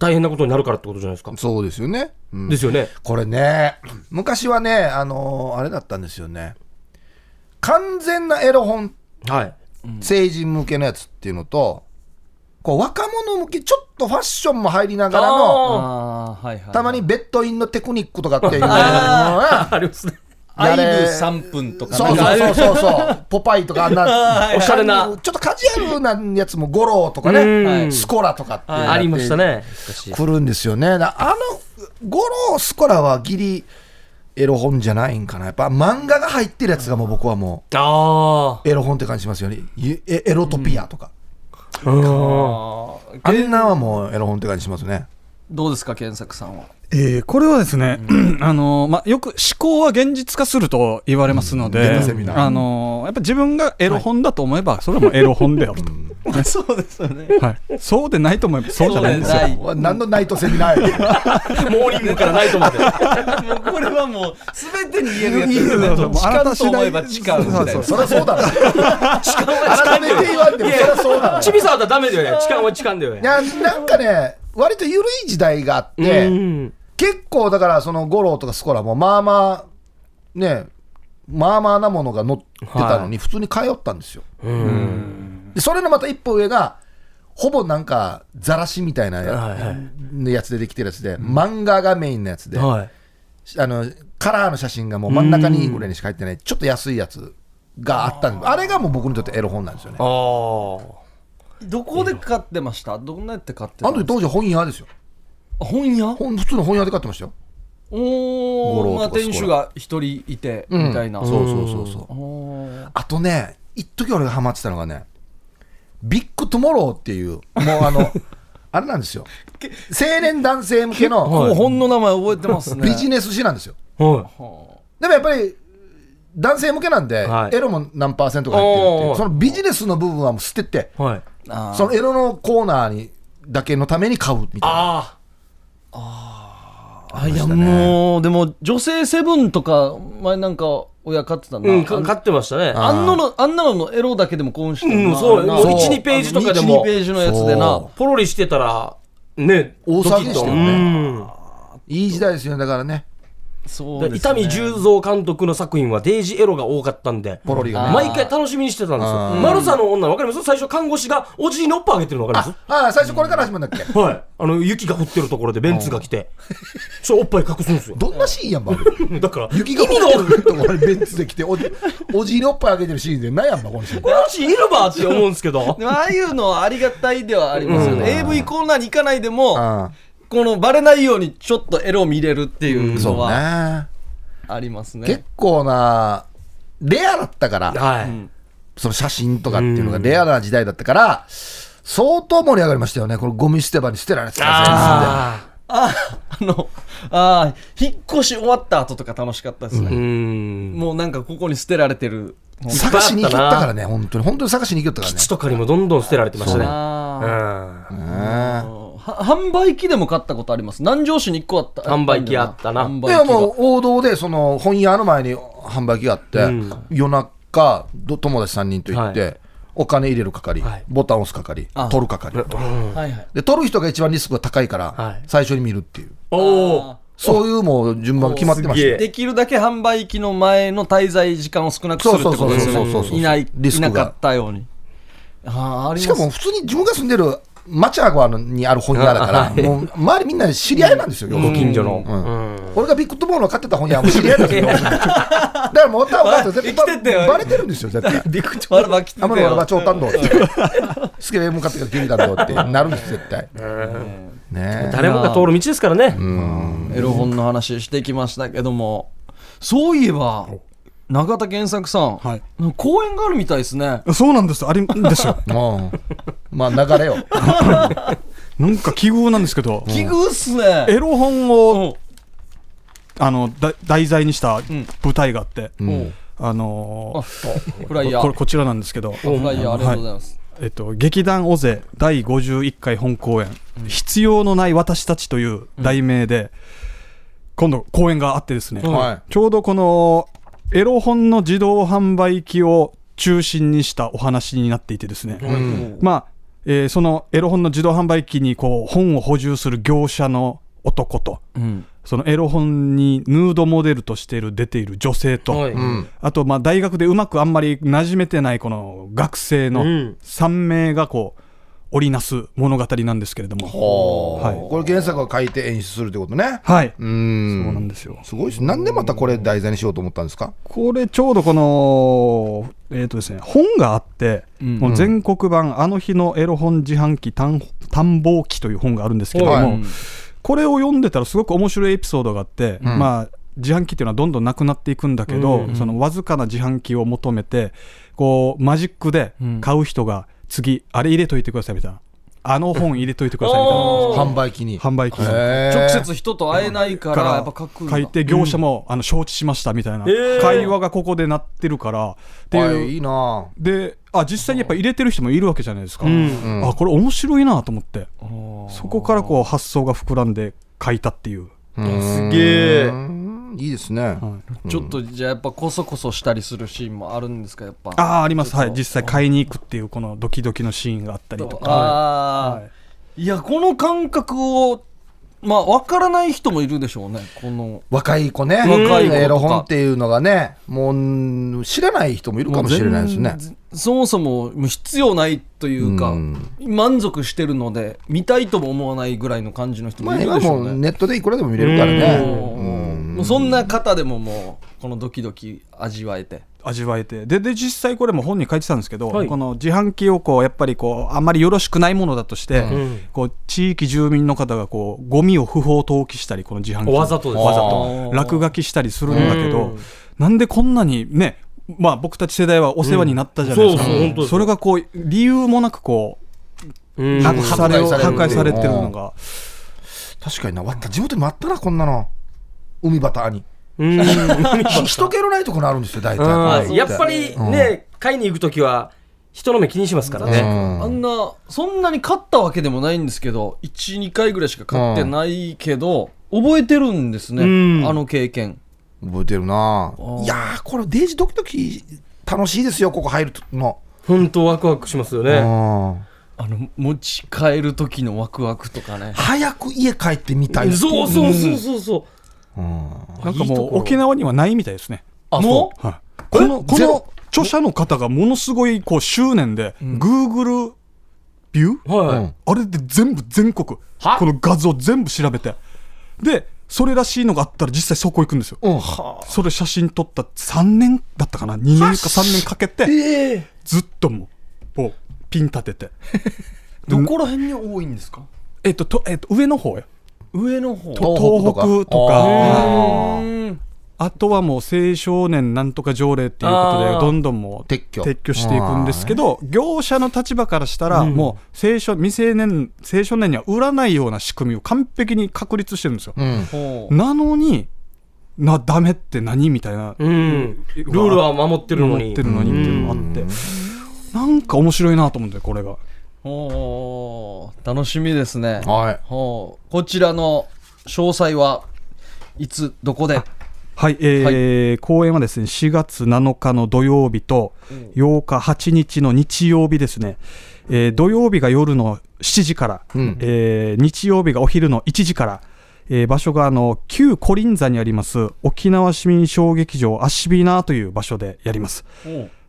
S2: 大変なことになるからってことじゃないですか、
S3: そうですよね、うん
S2: ですよね
S3: これね昔はねあのーあれだったんですよね完全なエロ本
S2: はい
S3: 成人向けのやつっていうのとこう若者向けちょっとファッションも入りながらの
S2: あ
S6: ああ、はいはい。
S3: たまにベッドインのテクニックとかっていう の
S2: ー
S3: が
S2: ありますね
S6: アイブ
S3: やれ
S6: 3分とか
S3: そう
S6: なんか
S3: そうそうそうそう、ポパイとかあ んな、
S2: おしゃれな
S3: ちょっとカジュアルなやつも、ゴローとかね、
S6: はい
S3: スコラとかっていうのが
S2: ありました。ね
S3: 来るんですよね。だあの、ゴロー、スコラはギリ、エロ本じゃないんかな。やっぱ漫画が入ってるやつがもう僕はも
S2: あ
S3: う、エロ本って感じしますよね。ゆエエロトピアとか。
S2: あうん
S3: あんなんはもうエロ本って感じしますね。
S6: どうですか、健作さんは。
S4: えーこれはですね、あのーまあ、よく思考は現実化すると言われますので、
S3: 現実セミナー
S4: あのーやっぱ自分がエロ本だと思えば、それはもうエロ本であると、
S6: そうですよね。
S4: はい、そうでないと思えば、そうじゃないんですよ
S6: は。い
S3: 何のナイトセミナ ーや。
S2: モーニングからないと思って
S6: もうこれはもう、すべてに言えるやつで
S4: い
S6: す
S4: い
S6: ね。
S4: よ
S6: どっちかと思えば
S4: そう
S6: 誓
S4: そう
S6: うみたい
S4: そう
S6: な。
S3: そりゃそうだな。改めて言わんでも、そりゃそうだな。
S2: チビさんだったらダメだよね痴漢は痴漢だよ
S3: い
S2: ね
S3: やなんかね、割と緩い時代があって、
S2: うん
S3: 結構だから、その五郎とかスコラも、まあまあ、ね、まあまあなものが載ってたのに、普通に通ったんですよ。でそれのまた一歩上が、ほぼなんか、ざらしみたいなや,、
S2: はいは
S3: つでできてるやつで、漫画がメインのやつで、
S2: はい
S3: あの、カラーの写真がもう真ん中にぐらいにしか入ってない、ちょっと安いやつがあったんで、あれがもう僕にとってエロ本なんですよね。
S2: ああ
S6: どこで買ってましたどんなやって買って
S3: あ
S6: た
S3: の時
S6: の
S3: 当時は本屋ですよ。
S6: 本屋
S3: 本普通の本屋で買ってましたよ。
S6: お
S3: 五
S6: ー、
S3: 郎
S6: まあ
S3: とか
S6: 店主が一人いて、みたいな。
S3: うんそうそうそうそう。
S6: おー
S3: あとね、一時俺がハマってたのがね、ビッグトゥモローっていう、もう あの、あれなんですよ、青年男性向け
S6: もう
S3: の
S6: 本の名前覚えてますね。
S3: ビジネス誌なんですよ。
S2: は
S3: でもやっぱり、男性向けなんで、
S2: はい
S3: エロも何パーセントか入ってるってい
S2: お
S3: う、
S2: ー
S3: そのビジネスの部分はもう捨てて、
S2: いはい
S6: あー
S3: そのエロのコーナーにだけのために買うみたいな。
S2: あ
S6: あいやもうでも女性セブンとか前なんか親買ってた
S2: あ
S6: な、
S2: うんか買ってましたね
S6: あんなのあんなののエロだけでも興奮してる
S2: うんそう
S6: な
S2: もう
S6: な
S2: 1-2ページとかでも
S6: 1-2ページのやつでな
S3: そ
S2: ポロリしてたら、ね、
S3: 大騒ぎでしたよね
S2: ドキッと
S3: いい時代ですよね、だからね、
S6: そう
S2: うんで伊丹十三監督の作品はデイジエロが多かったんで、
S3: ポロリがね。
S2: 毎回楽しみにしてたんですよ。マルサの女、わかります最初、看護師がおじにのっぱあげてるのわかりま
S3: ああ、最初これから始まるんだっけ。
S2: すはい。あの、雪が降ってるところでベンツが来て、そう、おっぱい隠すんですよ。
S3: どんなシーンやん ば、あれ
S2: だから、
S3: 雪が降ってるところにベンツで来て、おじおじいのおっぱいあげてるシーンで、なんやんば、このシーン。
S2: この話いるばって思うんですけど
S6: で、もああいうのはありがたいではありますよね、AV コーナーに行かないでも
S3: あ
S6: このバレないようにちょっとエロ見れるっていう
S3: そう
S6: のは
S3: ね
S6: ありますね
S3: 結構なレアだったから
S2: はい。
S3: その写真とかっていうのがレアな時代だったから相当盛り上がりましたよねこのゴミ捨て場に捨てられてたや
S2: あ
S6: ああのあー引っ越し終わった後とか楽しかったです
S2: あ。う
S6: ね、
S2: ん。
S6: もうなんかここに捨てられてる
S3: つ探しに行きよったからね本当に本当に探しに行きよっ
S2: 基地
S3: た
S2: とかにもどんどん捨てられてましたね。
S6: あー
S2: うん。
S3: からね
S6: は販売機でも買ったことあります南城市に1個あった
S2: 販売機あったな
S6: 販
S3: うんい
S6: 売機
S3: や
S6: が
S3: もう王道でその本屋の前に販売機があって、
S2: うん
S3: 夜中ど友達3人と行って、
S2: は
S3: お金入れる係、
S2: はい
S3: ボタン押す係
S6: あ
S3: 取る係
S6: はいはい
S3: で取る人が一番リスクが高いから、
S2: はい
S3: 最初に見るっていう
S2: おー。
S3: そういうもう順番決まってましたよ
S2: おすげえ
S6: できるだけ販売機の前の滞在時間を少なくするってことです
S3: そうそうそうそうそうそうそうそ
S6: よ
S3: う
S6: ねいない
S3: リス
S6: い
S3: クが
S6: なかったようにあーあり
S3: しかも普通に自分が住んでる町アゴアにある本屋だから、
S2: はい
S3: もう周りみんな知り合いなんですよ、
S2: ご近所の。
S3: うん俺がビッグトモーの買ってた本屋はもう知り合いなんですよ、だからもう歌を歌って絶対
S6: 生きてた
S3: バ
S6: よ
S3: バレてるんですよ、絶対。
S6: ビクチョアルバ来て
S3: 天
S6: た
S3: 野俺は
S6: よ
S3: 長短道って、スケベ向かってから牛だろうってなるんです、絶対。ねえ
S2: 誰もが通る道ですからね。
S6: エロ本の話してきましたけどもそういえば永田健作さん、
S4: はい
S6: なんか公演があるみたいですね
S4: そうなんですあれです よ
S3: うんまあ流れよ、
S4: なんか奇遇なんですけど
S6: 奇遇っすね
S4: エロ本をあのだ題材にした舞台があって、
S3: うん
S4: あのー
S6: あフライヤ
S4: こ
S6: ー
S4: ここちらなんですけど、
S6: フライヤーありがとうございます、
S4: えっと、劇団尾瀬第51回本公演、必要のない私たちという題名で、今度公演があってですね、
S3: は
S4: ちょうどこのエロ本の自動販売機を中心にしたお話になっていてですね、まあ、えーそのエロ本の自動販売機にこう本を補充する業者の男と、
S6: うん
S4: そのエロ本にヌードモデルとしている出ている女性と、
S2: はい
S3: うん
S4: あとまあ大学でうまくあんまり馴染めてないこの学生の
S2: うん
S4: 3名がこう織りなす物語なんですけれども、はい
S3: これ原作を書いて演出するってことね。
S4: はい、
S3: うん
S4: そうなんですよ
S3: すごいですなんでまたこれ題材にしようと思ったんですか
S4: これちょうどこの、えーとですね、本があって、
S6: ん
S4: この全国版「あの日のエロ本自販機探探訪記」という本があるんですけれども、
S3: はい
S4: これを読んでたらすごく面白いエピソードがあって、まあ自販機っていうのはどんどんなくなっていくんだけど、そのわずかな自販機を求めてこうマジックで買う人が次、あれ入れといてくださいみたいなあの本入れといてくださいみたいな
S3: 販売機に。
S4: 販売機に
S3: へー
S6: 直接人と会えないからやっぱかっこいいな
S4: 書いて業者も、あの承知しましたみたいな、
S2: ー
S4: 会話がここでなってるからって
S3: はいいういいな
S4: であ実際にやっぱ入れてる人もいるわけじゃないですか、あこれ面白いなと思ってそこからこう発想が膨らんで書いたっていう
S3: すげえいいですね
S6: ちょっとじゃあやっぱこそこそしたりするシーンもあるんですかやっぱ
S4: ああありますはい実際買いに行くっていうこのドキドキのシーンがあったりとか
S6: あーいやこの感覚をまあ分からない人もいるでしょうねこの
S3: 若い子ね
S6: 若い子とか
S3: エロ本っていうのがねもう知らない人もいるかもしれないですね
S6: そもそももう必要ないというか、
S3: うん
S6: 満足してるので見たいとも思わないぐらいの感じの人
S3: ま
S6: も
S3: あ
S6: いる
S3: 今
S6: でしょ
S3: も
S6: う
S3: う
S6: ね。
S3: ネットでいくらでも見れるからね
S6: うんもうそんな方でももうこのドキドキ味わえて
S4: 味わえてでで実際これも本に書いてたんですけど、
S2: はい
S4: この自販機をこうやっぱりこうあんまりよろしくないものだとして、
S2: ん
S4: こう地域住民の方がこうゴミを不法投棄したりこの自販機に
S2: わざとです
S4: わざ
S6: あ
S4: と
S6: ー
S4: 落書きしたりするんだけ
S2: う
S4: ど
S2: ん
S4: なんでこんなにねまあ僕たち世代はお世話になったじゃないですか、
S2: うんそうそう本当です
S4: それがこう理由もなくこ
S2: うん
S4: うなくされ
S3: うん
S4: 破壊されてるのが
S3: 確かになわった地元にもあったなこんなの海端に
S2: うん
S3: ひ人気のないところにあるんですよ大
S2: うん
S3: 体
S2: やっぱりね、買いに行くときは、人の目気にしますから
S3: う
S2: ね。
S3: ん
S6: あんなそんなに買ったわけでもないんですけど12回ぐらいしか買ってないけど、覚えてるんですね、
S2: うん
S6: あの経験
S3: 覚えてるな
S6: ー
S3: いやーこれデイジドキドキ楽しいですよここ入るの
S2: 本当ワクワクしますよ
S3: う
S2: ね。
S3: ん
S6: あの持ち帰る時のワクワクとかね
S3: 早く家帰ってみたいってい
S2: そうそうそうそうそ
S4: なんか
S2: いいと
S4: も
S2: こ
S4: う
S2: ろ
S4: 沖縄にはないみたいですね。
S3: あ
S6: も
S3: そう
S4: はい、このこ
S3: ゼロ
S4: の著者の方がものすごいこう執念で、Google ビュー、
S2: う。は
S4: あれで全部全国
S2: は
S4: この画像全部調べてでそれらしいのがあったら実際そこ行くんですよ、
S3: うん
S4: それ写真撮った3年だったかな2年か3年かけてずっともうこうピン立てて
S6: どこら辺に多いんですか
S4: えっとと、えっと、上の方よ
S6: 上の方
S3: と
S4: 東北とか
S3: あー
S6: うん
S4: あとはもう青少年なんとか条例っていうことで
S2: あー
S4: どんどんもう
S3: 撤去
S4: していくんですけど業者の立場からしたらもう青少未成年青少年には売らないような仕組みを完璧に確立してるんですよ、
S3: うん
S6: ほ
S4: なのになダメって何みたいな
S2: う。うん。ルールは守ってるの
S4: 思
S2: に
S4: って。るのにっていうのがあってなんか面白いなと思ってこれが
S6: うほう楽しみですね
S3: はい
S6: ほうこちらの詳細はいつどこで
S4: はい、えー公演はですね4月7日の土曜日と8日8日の日曜日ですね、えー土曜日が夜の7時から、
S3: うん
S4: えー日曜日がお昼の1時から、えー場所があの旧コリン座にあります沖縄市民小劇場アシビナーという場所でやります。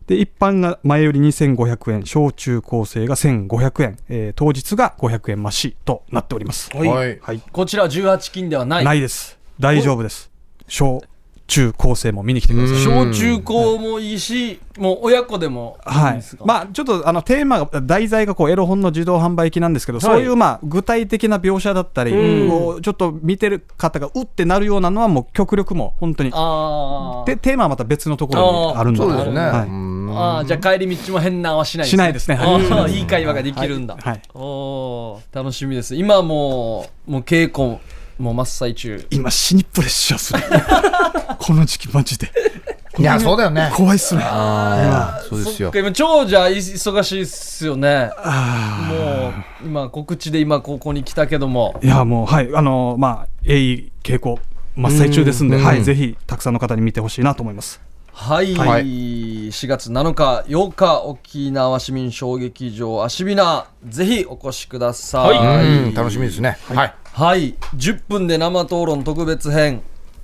S4: で一般が前より2500円小中高生が1500円、えー当日が500円増しとなっております
S6: はい
S3: はい。
S4: はい
S6: こちら18金ではない
S4: ないです大丈夫です小中高生も見に来てください
S6: 小中高もいいし、もう親子でもいいん
S4: はい
S6: ですか、
S4: まあ、ちょっとあのテーマが題材がこうエロ本の自動販売機なんですけど、そういうまあ具体的な描写だったり、
S2: うん
S4: こうちょっと見てる方がうってなるようなのはもう極力もう本当に
S6: あー
S4: でテーマはまた別のところにあるの
S3: そう
S4: で
S3: ですね。
S4: はい
S6: あーじゃあ帰り道も変なはしない
S4: しないですねはい
S6: あ ーいい会話ができるんだ、
S4: はい
S6: おー楽しみです今もうもう稽古も真っ最中
S4: 今死にプレッシャーする この時期マジで
S3: いや、そうだよね。
S4: 怖いっすね
S3: ああ、そうです
S6: そっ
S3: よ
S6: か。今長者忙しいっすよねもう今告知で今ここに来たけども
S4: いやもうはいあのーまあ鋭意稽古真っ最中ですんで、
S3: うん
S4: はい
S3: うん
S4: ぜひたくさんの方に見てほしいなと思います
S6: はい、
S3: はい
S6: 4月7日8日沖縄市民小劇場アシビナぜひお越しください、
S3: うん、楽しみですね。はい。
S6: はい、10分で生討論特別編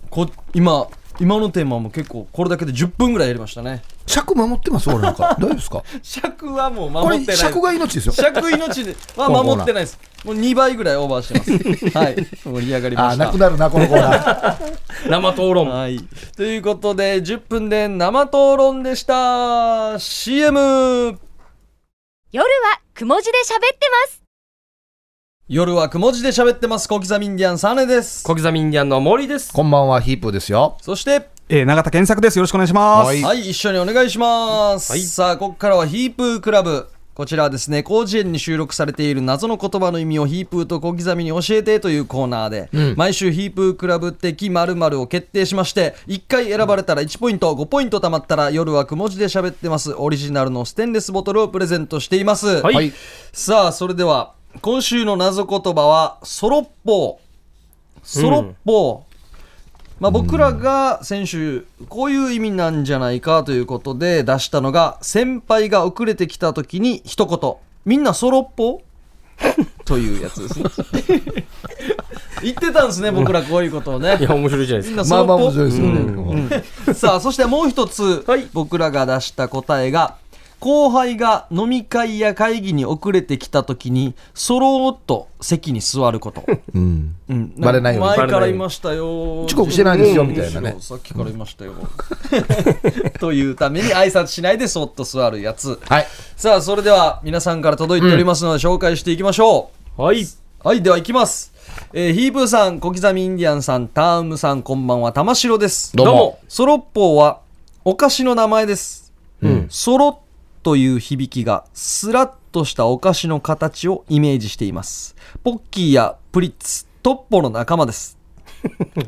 S6: こ今今のテーマも結構これだけで10分ぐらいやりましたね
S3: 尺守ってます、俺なん か。大丈夫ですか
S6: 尺はもう
S3: こ
S6: 守
S3: れ
S6: ってない
S3: 尺が命ですよ。
S6: 尺命では
S3: このコーナー
S6: 守ってないですもう2倍ぐらいオーバーしてま すはい盛り上がり
S3: あ
S6: ま
S3: あ、
S6: した
S3: なくなるな、このコー ナー。
S2: 生討論。
S6: はい、ということで10分で生討論でした CM
S5: 夜はくも字で喋ってます。
S6: 夜はくも字で喋ってます小刻みインディアンサネです
S2: 小刻みインディアンの森です。
S3: こんばんは、ヒープーですよ。
S6: そして
S4: えー、永田健作ですよろしくお願いします
S3: はい
S6: はい、一緒にお願いします。さあ、ここからはヒープークラブ。こちらはですね、広辞苑に収録されている謎の言葉の意味をヒープーと小刻みに教えてというコーナーで、毎週ヒープークラブ的〇〇を決定しまして、1回選ばれたら1ポイント、5ポイント貯まったら夜はくも字で喋ってます。オリジナルのステンレスボトルをプレゼントしています。
S2: はい
S3: はい。
S6: さあ、それでは、今週の謎言葉は、ソロッポー。ソロッポー。まあ、僕らが先週、こういう意味なんじゃないかということで出したのが、先輩が遅れてきた時に一言、みんなソロッポーというやつですね。言ってたんですね、僕らこういうことをね
S2: い。や、面白いじゃないです
S6: みん
S2: か。
S6: なソ
S3: まあ
S6: ロッ
S3: まあ面
S6: ポ
S3: 白い
S6: ー
S3: ですよね。
S6: さあ、そしてもう一つ、
S2: はい
S6: 僕らが出した答えが、後輩が飲み会や会議に遅れてきた時に、そろーっと席に座ること。
S3: うん。
S6: うん
S3: バレないように
S6: 前か
S2: バレな
S6: ら
S2: いよう
S6: い
S2: に
S6: ましたよ。
S3: 遅刻してないですよみたいなね
S6: うんむしろさっきからいましたよ。というために挨拶しないでそっと座るやつ。
S3: はい。
S6: さあ、それでは皆さんから届いておりますので紹介していきましょう。
S2: はい。
S6: はい、では行きます。えーヒープーさん、小刻みインディアンさん、タームさん、こんばんは、玉城です。
S3: どうも
S6: ソロッポーは、お菓子の名前です。
S3: うん。
S6: ソロという響きが、スラッとしたお菓子の形をイメージしています。ポッキーやプリッツ、トッポの仲間です。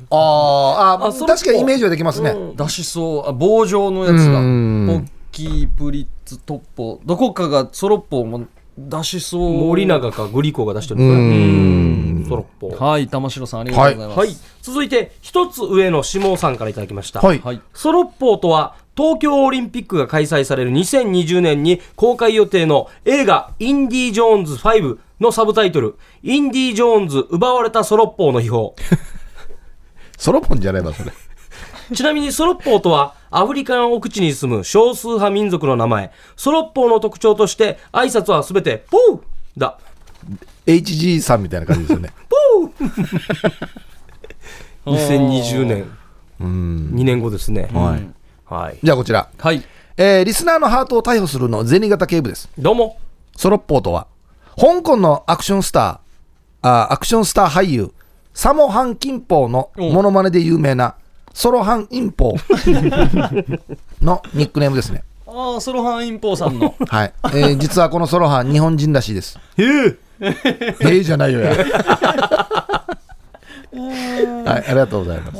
S3: ああ、ああ、
S2: あそれっぽい
S3: 確かにイメージはできますね。
S6: 出しそう、あ棒状のやつが、ポ
S3: うん
S6: ッキー、プリッツ、トッポ、どこかがソロッポーも出しそう。
S2: 森永かグリコが出してる
S3: う
S2: のかな。
S3: ん。
S2: ソロッポ。
S6: はい、玉城さん、ありがとうございます。
S2: はい。続いて、一つ上の下尾さんからいただきました。
S3: はい。
S6: はい
S2: ソロッポーとは、東京オリンピックが開催される2020年に公開予定の映画、インディ・ージョーンズ5のサブタイトル、インディ・ージョーンズ奪われたソロッポーの秘宝。
S3: ソロポンじゃないわ、それ。
S2: ちなみにソロッポーとは、アフリカの奥地に住む少数派民族の名前。ソロッポーの特徴として、挨拶はすべて、ポーだ。
S3: HG さんみたいな感じですよね。
S2: 2020年。2年後ですね。はい。はい。
S3: じゃあこちら。
S6: はい。
S3: えーリスナーのハートを逮捕するの銭形警部です。
S2: どうも。
S3: ソロッポーとは、香港のアクションスター、あアクションスター俳優、サモハン・キンポーのモノマネで有名な、ソロハン・インポーのニックネームですね。
S6: ああ、ソロハンインポーさんの。
S3: はい。えー実はこのソロハン、日本人らしいです。
S2: へえ。
S3: えーじゃないよや。はい、ありがとうございます。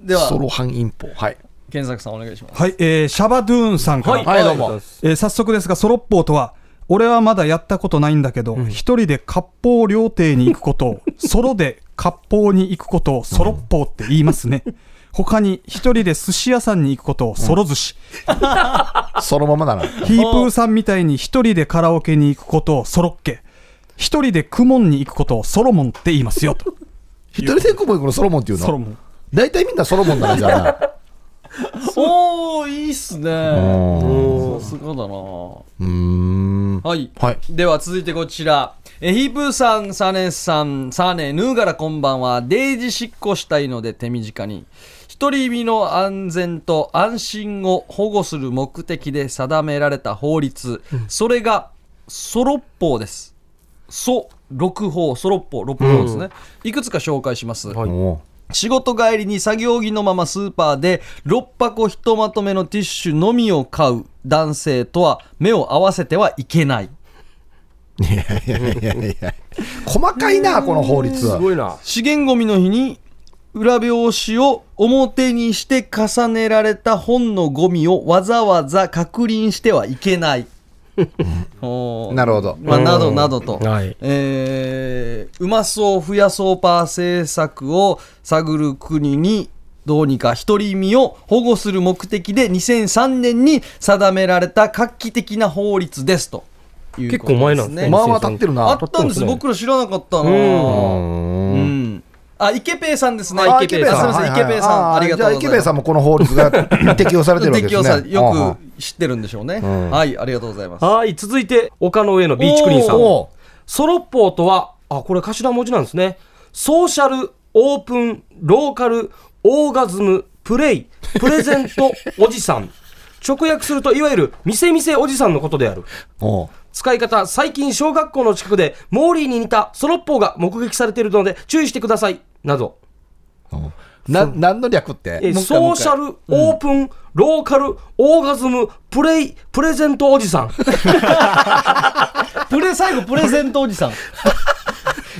S6: では
S3: ソ、ロハン・インポー。はい。
S6: 健作さんお願いします。
S4: はい、えーシャバドゥーンさんから、
S2: はい。
S3: はいどうも
S2: ありがとございます
S4: えー早速ですが、ソロッポーとは、俺はまだやったことないんだけど、一、人で割烹料亭に行くこと を、ソロで割烹に行くことを、ソロッポーって言いますね。他に、一人で寿司屋さんに行くことを、ソロ寿司。
S3: そのままだな。
S4: ヒープーさんみたいに一人でカラオケに行くことを、ソロッケ。一人でクモンに行くことを、ソロモンって言いますよ、と。
S3: 一人で行くもこのソロモンっていう
S4: ソロ
S3: の
S4: モン。
S3: 大体みんなソロモンだな、じゃあな。
S6: おーいいっすね
S3: う
S6: さすがだなは
S3: うーん。
S6: い
S3: はい。
S6: では続いてこちらえヒープーさんサネさんサネヌーガラこんばんはデイジしっこしたいので手短に独り身の安全と安心を保護する目的で定められた法律、それがソロッ法ですソ六法ソロッ法六法ですね、いくつか紹介します、
S3: おう
S6: 仕事帰りに作業着のままスーパーで6箱ひとまとめのティッシュのみを買う男性とは目を合わせてはいけない
S3: いやいやいやいや。細かいな、この法律
S2: す
S3: は。
S2: ごいな。
S6: 資源ゴミの日に裏表紙を表にして重ねられた本のゴミをわざわざ確認してはいけないおー
S3: なるほど。
S6: まあ、などなどと、
S2: はい
S6: えーうまそうふやそうパー政策を探る国にどうにか独り身を保護する目的で2003年に定められた画期的な法律ですという
S2: 結
S6: こと
S2: 構前
S6: で
S2: な
S6: す
S2: ん
S6: ね
S2: ですね。
S3: まあまあ立ってるな
S6: あったんです僕ら知らなかったな
S2: う
S6: うん、あ池ペイさんですね
S3: あ
S6: 池ペイさんすみません池ペイさんありがとうございます
S3: じゃあ、池兵さんもこの法律が 適用されてるわけで
S6: 適
S3: すね。
S6: 用され
S3: ああ
S6: よく知ってるんでしょうね、
S3: ん
S6: はいありがとうございます
S2: はい、続いて、丘の上のビーチクリーンさん。
S6: お
S2: ソロッポーとは、あ、これ頭文字なんですね。ソーシャル、オープン、ローカル、オーガズム、プレイ、プレゼント、 おじさん。直訳すると、いわゆる、店店おじさんのことである。
S3: おう
S2: 使い方、最近小学校の近くで、モーリーに似たソロッポーが目撃されているので、注意してください。など。
S3: な何の略っ
S2: え
S3: て
S2: ソーシャル、オープン、ローカル、オーガズム、プレイ、プレゼントおじさん。
S6: プレ最後プレゼントおじさん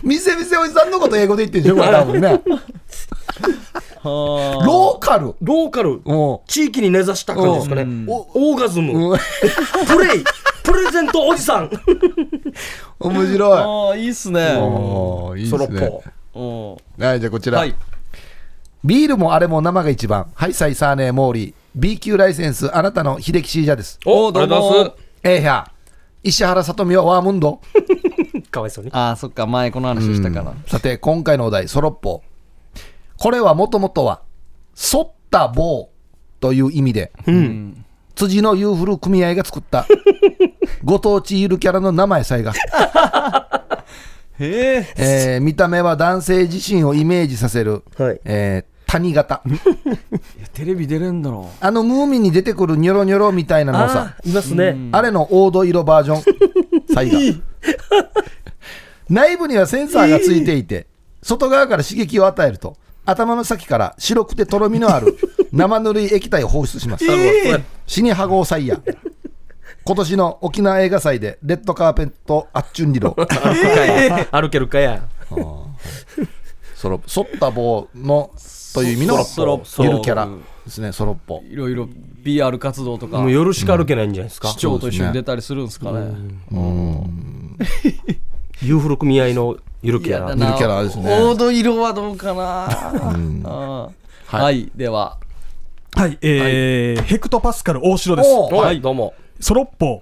S3: 店店おじさんのこと英語で言ってんじゃんこれ多 分ねローカル
S2: ローカル、
S3: お
S2: 地域に根ざした感じですかね。おオーガズム、
S3: う
S2: プレイ、プレゼントおじさん。
S3: 面白い
S6: ああいいっすね
S3: おーいい
S2: ソロ
S3: で
S2: っ
S3: す
S2: ぽ
S3: ね。
S6: うん
S3: はいじゃあこちら、
S6: はい
S3: ビールもあれも生が一番ハイサイサーネーモーリー B 級ライセンスあなたの秀樹シージャです
S6: おーど
S2: あ
S6: うも
S2: りがとござい
S3: ええや石原さとみはワームンド
S2: ますかわいそうに。
S6: ああそっか前この話したから
S3: さて今回のお題ソロッポこれはもともとは「反った棒」という意味で、辻のユーフル組合が作った ご当地ゆるキャラの生野菜が、
S6: へえ
S3: えー見た目は男性自身をイメージさせる、
S2: はい
S3: えー谷型
S6: テレビ出れんだろ
S3: あのムーミンに出てくるニョロニョロみたいなのを
S2: あ
S3: さ
S2: ーいますね。
S3: あれの黄土色バージョンサイ が内部にはセンサーがついていて外側から刺激を与えると頭の先から白くてとろみのある生ぬるい液体を放出します、死に歯合サイや今年の沖縄映画祭でレッドカーペットアッチュンリロ
S2: 歩けるかや。歩けるかや。
S3: ソロ反った棒のという意味の
S6: ソロッポ
S3: ゆるキャラですねソロッポ
S6: いろいろ PR 活動とか
S2: もう夜しか歩けないんじゃないですか
S6: 市。長と一緒に出たりするんですかね
S2: ユーフル組合のゆるキャ
S6: だ
S2: ラ。
S6: な
S3: ゆるキャラですね
S6: 黄土色はどうか なあー
S3: はい
S6: はいでは
S4: はい、えーヘクトパスカル大城です。
S3: お
S2: はい、どうも。
S4: ソロッポー。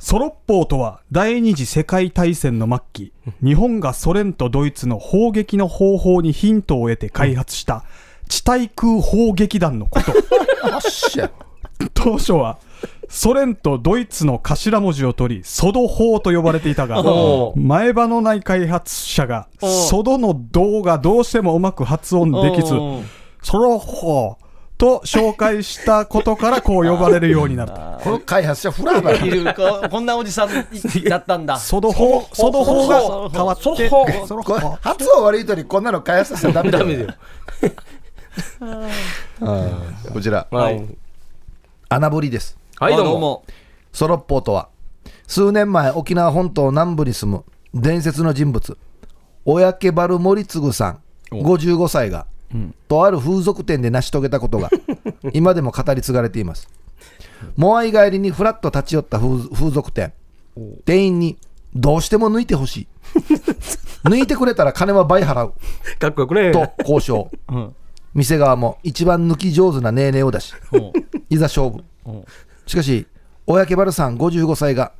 S4: ソロッポーとは第二次世界大戦の末期、日本がソ連とドイツの砲撃の方法にヒントを得て開発した地対空砲撃団の こと。
S3: よっしゃ
S4: 当初はソ連とドイツの頭文字を取りソド法と呼ばれていたが
S2: おう
S4: 前歯のない開発者がソドの「銅がどうしてもうまく発音できず
S6: おう
S4: ソロ法と紹介したことからこう呼ばれるようになった
S3: この開発者フラーだ
S6: いるここんなおじさんだったんだ
S4: ソド法ソド法が変わって
S2: ソロッポ
S4: ソロ
S3: これ
S4: 法
S3: 発音悪いとにこんなの開発させちゃダメだ
S2: ダ
S3: よ
S2: メだよ。
S3: うんこちら
S2: はい。
S3: 穴掘りです
S2: はい、
S6: あ
S2: どうも。
S3: ソロッポーとは数年前沖縄本島南部に住む伝説の人物小焼原森次さん55歳が、とある風俗店で成し遂げたことが今でも語り継がれていますモアイ帰りにふらっと立ち寄った風風俗店店員にどうしても抜いてほしい抜いてくれたら金は倍払う
S2: かっこよくね。
S3: と交渉、店側も一番抜き上手なネーネーを出し
S6: うん
S3: いざ勝負しかし小焼原さん55歳が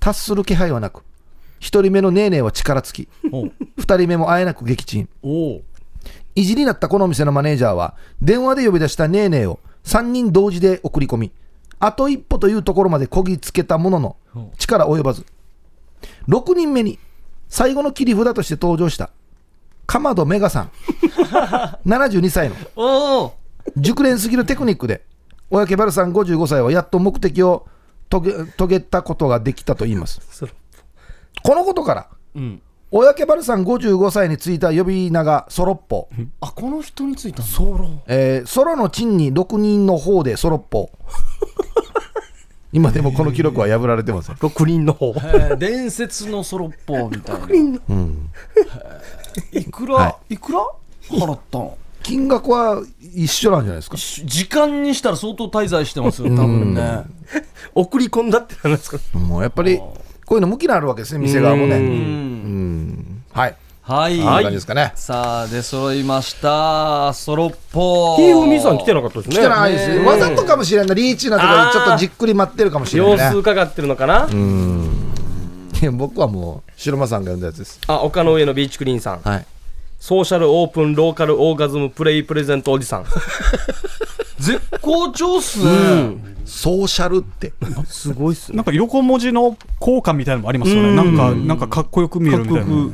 S3: 達する気配はなく1人目のネーネーは力尽き
S6: おう
S3: 2人目もあえなく撃沈
S6: おう
S3: 意地になったこのお店のマネージャーは電話で呼び出したネーネーを3人同時で送り込みあと一歩というところまでこぎつけたものの力及ばず6人目に最後の切り札として登場した鎌戸メガさん72歳の
S6: おお
S3: 熟練すぎるテクニックで小宅バルさん55歳はやっと目的を遂げ遂げたことができたと言います
S2: それ
S3: このことから
S6: うん
S3: 小宅バルさん55歳についた呼び名がソロッポ、
S6: あこの人についたんだ
S2: ソロ
S3: えーソロのチンに6人の方でソロッポ今でもこの記録は破られてません
S2: 6人の方
S6: えー伝説のソロっぽみたいな。いくら、、
S3: はい
S6: くら払ったの
S3: 金額は一緒なんじゃないですか
S6: し時間にしたら相当滞在してますよ、多分ね。
S2: 送り込んだってなんですか
S3: もうやっぱりこういうの向きになるわけですね店側もね
S2: うん
S6: うん
S3: はい
S6: はい。
S3: こんな感じですかね
S6: さあ、出揃いました。ソロっぽ。
S2: ひーふみさん来てなかったですね
S3: 来てないですねわざとかもしれないリーチなところにちょっとじっくり待ってるかもしれ
S2: 様
S3: ない
S2: 子
S3: ね
S2: 伺ってるのかな、
S3: いや僕はもう白間さんが呼んだやつです
S2: あ丘の上のビーチクリーンさん
S3: はい
S2: ソーシャルオープンローカルオーガズムプレイプレゼントおじさん
S6: 絶好調っすね。
S3: ソーシャルって
S2: すごいっす
S4: なんか横文字の効果みたいなのもありますよね。なんか、なんかかっこよく見えるみたいな。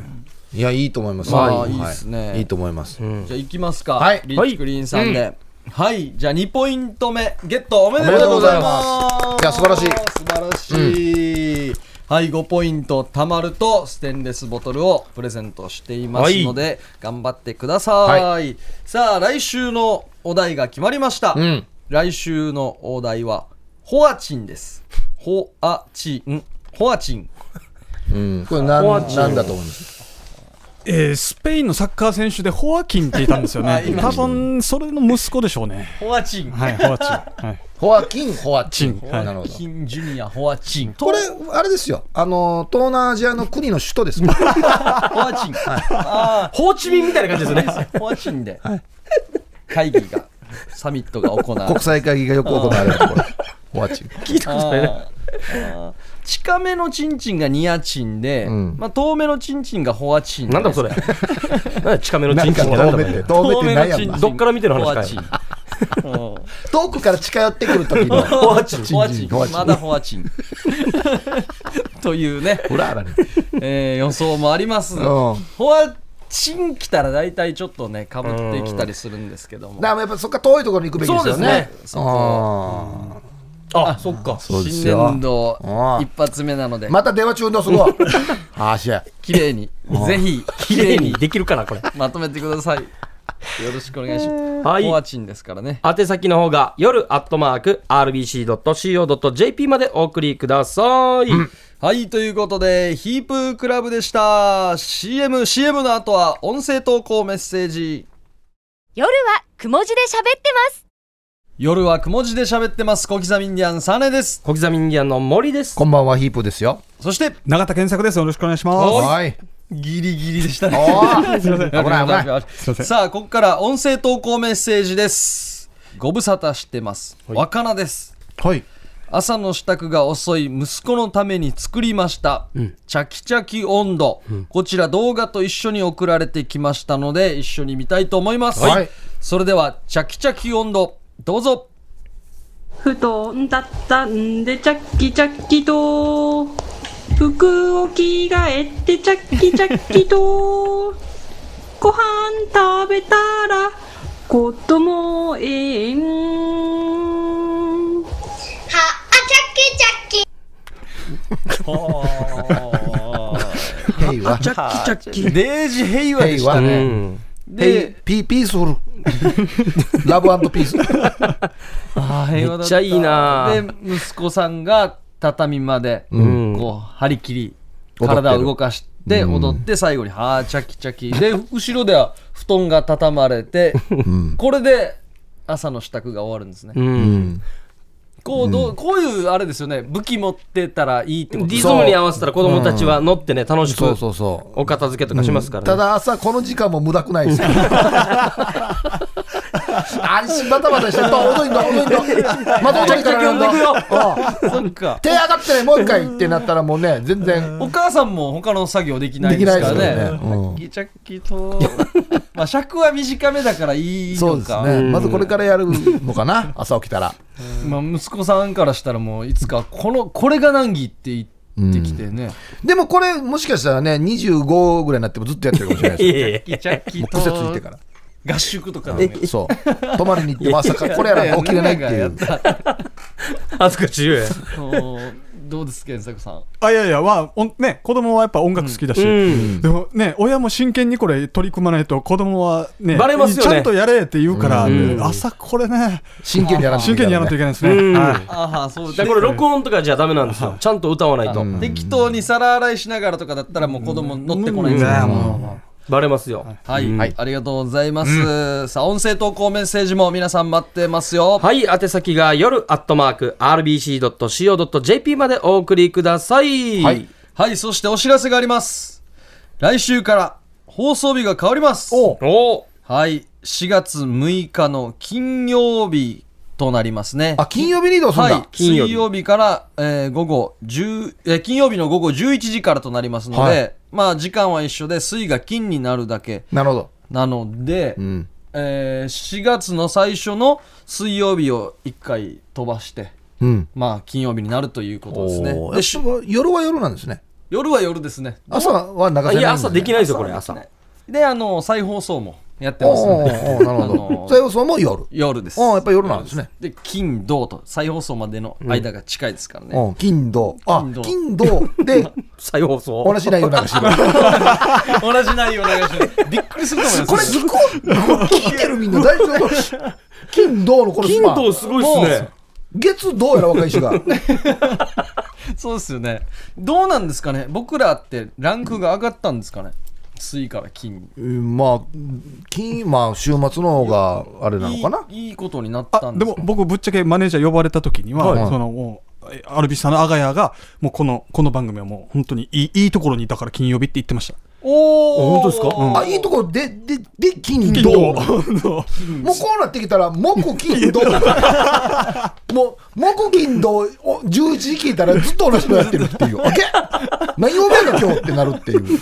S3: いやいいと思います
S6: まあ
S3: はい
S6: いですね
S3: はいいいと思います
S6: じゃあ、行きますか。
S3: はい
S6: リーチクリーンさんで。はいはい。じゃあ、2ポイント目、ゲットおめでとうございま
S3: おめ
S6: す。
S3: でとうございますいや
S6: 素晴らしい。はい、5ポイント貯まると、ステンレスボトルをプレゼントしていますので、頑張ってください。
S3: は
S6: さあ、来週のお題が決まりました。
S3: うん
S6: 来週のお題は、ホアチンです。ホアチン。ホアチン。
S3: うんこれなん
S2: ホアチン
S3: なんだと思います
S4: えースペインのサッカー選手でホアキンっていたんですよ
S6: あ
S4: ね。
S6: 今
S4: 多分、それの息子でしょうね。
S6: ホアチン。
S4: はい、ホアチン。はい。
S3: ホアキンホアチン
S4: チンはい
S3: なるほど
S6: 金ジュニアホアチン。
S3: これあれですよあの東南アジアの国の首都ですから
S6: ホアチン。あ
S2: ホーチミンみたいな感じですね
S6: あ、ホアチンで会議が、サミットが行われ
S3: 国
S6: る。
S3: 際会議がよく行われるところホアチン
S2: 聞いたことないな
S6: あーあー近めのチンチンがニアチンで、
S3: ん
S6: まあ、遠めのチンチンがホアチン。
S2: なんだそれなんだ近めの人間ってなん
S3: 遠
S2: だ
S3: 目
S2: こ
S3: って
S2: れ
S3: 遠目ってなんや
S6: 遠
S3: ん
S6: 目の
S3: な
S6: 珍
S2: どっから見てる
S6: ホ
S2: 話か
S6: ア
S2: い
S6: チン。うん
S3: 遠くから近寄ってくる時 の
S2: ホアチン
S6: ホアチン。
S3: ホアチン
S6: まだホアチ ン。というね、
S3: ほらあらね
S6: えー予想もあります。
S3: うん
S6: ホアチン来たら大体ちょっとね、かぶってきたりするんですけども。
S3: だからやっぱそっか遠いところに行くべきですよね
S6: そうですね
S3: あ
S2: あそっか
S3: そうです
S6: 新
S3: よ
S6: 年度
S3: うん
S6: 一発目なので
S3: ー、また電話中だ すごいあーしゃ
S6: 綺麗に、ぜひ、綺
S2: 綺麗
S6: 麗
S2: に
S6: に
S2: できるかなこれ
S6: まとめてください。よろしくお願いします。
S2: はい
S6: コアチンですからね。
S2: 宛先の方が夜アットマーク RBC.CO.JP までお送りください、
S6: はい、ということで、ヒープークラブでした。CM、CM の後は音声投稿メッセージ。
S5: 夜はくも字で喋ってます。
S6: 夜はくも字で喋ってます。小刻みインディアン、サネです。
S2: 小刻みインディアンの森です
S3: こんばんはヒープですよ
S6: そして、
S4: 永田健作です。よろしくお願いします。
S3: はい
S6: ギリギリでした
S3: お
S6: ね。
S3: ー危ない危ない
S4: すいません
S6: さあ、ここから音声投稿メッセージです。ご無沙汰してます。若菜です。
S3: はい
S6: 朝の支度が遅い息子のために作りました、チャキチャキ温度、こちら動画と一緒に送られてきましたので一緒に見たいと思います、
S3: はい
S6: それではチャキチャキ温度どうぞ
S7: 布団だったんでチャッキチャッキと服を着替えてチャッキチャッキとご飯食べたら子供園
S3: 平和
S6: チャッキチャッ キデージ平和でし
S3: 平
S6: た
S3: 和
S2: う
S3: ね
S2: ん
S3: 平
S6: で
S3: ピーピースフルラブピース
S6: あー平和
S2: めっ
S6: だた
S2: ちゃいいな
S6: で息子さんが畳まで、
S2: ん
S6: こう張り切り
S3: 踊ってる
S6: 体を動かして踊って最後に「はあチャキチャキ」で後ろでは布団が畳まれてこれで朝の支度が終わるんですね、
S2: うん
S6: こうどうこういうあれですよね武器持ってたらいいってこと
S2: リズムに合わせたら子供たちは乗ってね楽しく
S3: そうそうそう
S2: お片付けとかしますからね、
S3: ただ朝この時間も無駄くないですよ安心バタバタしてると踊りの踊りのまた踊りからやん
S2: めちゃ
S3: だ
S2: く
S6: そっか
S3: 手上がってねもう一回ってなったらもうね全然
S6: お母さんも他の作業できないですからね
S3: できないですからねうん
S6: チャキチャキとまあ尺は短めだからいい
S3: そう
S6: の
S3: です
S6: か、
S3: ね。まずこれからやるのかな、朝起きたら。
S6: まあ、息子さんからしたらもういつかこのこれが難儀って言ってきてね、
S3: でもこれ、もしかしたらね、25ぐらいになってもずっとやってるかもしれない
S2: い
S3: で
S2: やいや
S6: ギチャッ
S3: す
S6: キ
S3: よ。も
S6: と
S3: う癖ついてから。
S6: 合宿とかで、ね、
S3: うんそう。泊まりに行って、まさかこれやら起きれない っていう。
S2: 恥ずかしいよ。
S6: うんどうです健作さん
S4: あいやいや、まあおんね、子供はやっぱ音楽好きだし、
S2: うん
S4: でもね、親も真剣にこれ取り組まないと子供はね、
S2: バレますよね
S4: ちゃんとやれって言うから、
S2: うん
S4: 朝これね、
S3: 真剣にやらない
S4: 真剣にやらないといけないですね。
S2: うん
S4: はい
S6: ああそう
S2: だからこれ録音とかじゃダメなんですよ。ちゃんと歌わないと。
S6: 適当に皿洗いしながらとかだったらもう子供乗ってこないですね、
S4: ねもう
S2: バレますよ。
S6: はい、ありがとうございます、さあ音声投稿メッセージも皆さん待ってますよ、
S2: はい、宛先が夜アットマーク RBC.CO.JP までお送りください。
S6: はい。はい、そしてお知らせがあります。来週から放送日が変わります。
S2: お
S6: はい、4月6日の金曜日となりますね。
S3: あ、金曜日に移動するん
S6: は
S3: だ。
S6: い、
S2: 金
S6: 金
S2: 曜
S6: 曜
S2: 日
S6: 日から、えー午後10、えー金曜日の午後11時からとなりますので、
S3: はい
S6: まあ時間は一緒で、水が金になるだけ
S3: なるほど。
S6: なので、
S3: うん。
S6: えー4月の最初の水曜日を1回飛ばして、
S3: うん。
S6: まあ金曜日になるということですね。
S3: おー
S6: でし
S3: やっぱ夜は夜なんですね。
S6: 夜は夜ですね。
S3: 朝は流せないんだ
S2: お。
S3: ね。
S2: いや、朝でき
S3: い。
S2: ないですよ、これ、朝。
S6: で、あの、再放送もやって
S3: おー
S6: ますの
S3: お
S6: で、
S3: ーおーなるほ
S6: あの
S3: ど。再放送も夜。
S6: 夜です。
S3: おーやっぱ夜なんですね。
S6: で、金、銅と再放送までの間が近いですからね。
S3: おー金土。あ
S6: 金、土
S3: 金土で、
S2: 再放送。
S3: 同じ内容流してる。
S6: 同じ内容流してびっくりすると思います。
S3: これ聞こう聞いてるみんな大丈夫金土のこれ
S2: 金
S3: まあ
S2: 堂すごいっすね。
S3: 月どうやら若い石が
S6: そうですよね。どうなんですかね僕らってランクが上がったんですかね水から金に。
S3: うんまあ金まあ週末の方があれなのかない
S6: いいいことになった
S4: あ
S6: んで
S4: ですも僕ぶっちゃけマネージャー呼ばれた時には、
S3: はい
S4: そのもうえアルビスさんの阿賀谷がもうこの この番組はもう本当にいいいいところにいたから金曜日って言ってました
S6: お
S2: あ本当ですかうん
S3: あいいとこででで金
S4: 金
S3: 土
S4: 曜
S3: もうこうなってきたら木金 土もう木金土を11時聞いたらずっと同じのやってるっていうあけ何曜日やの今日ってなるっていう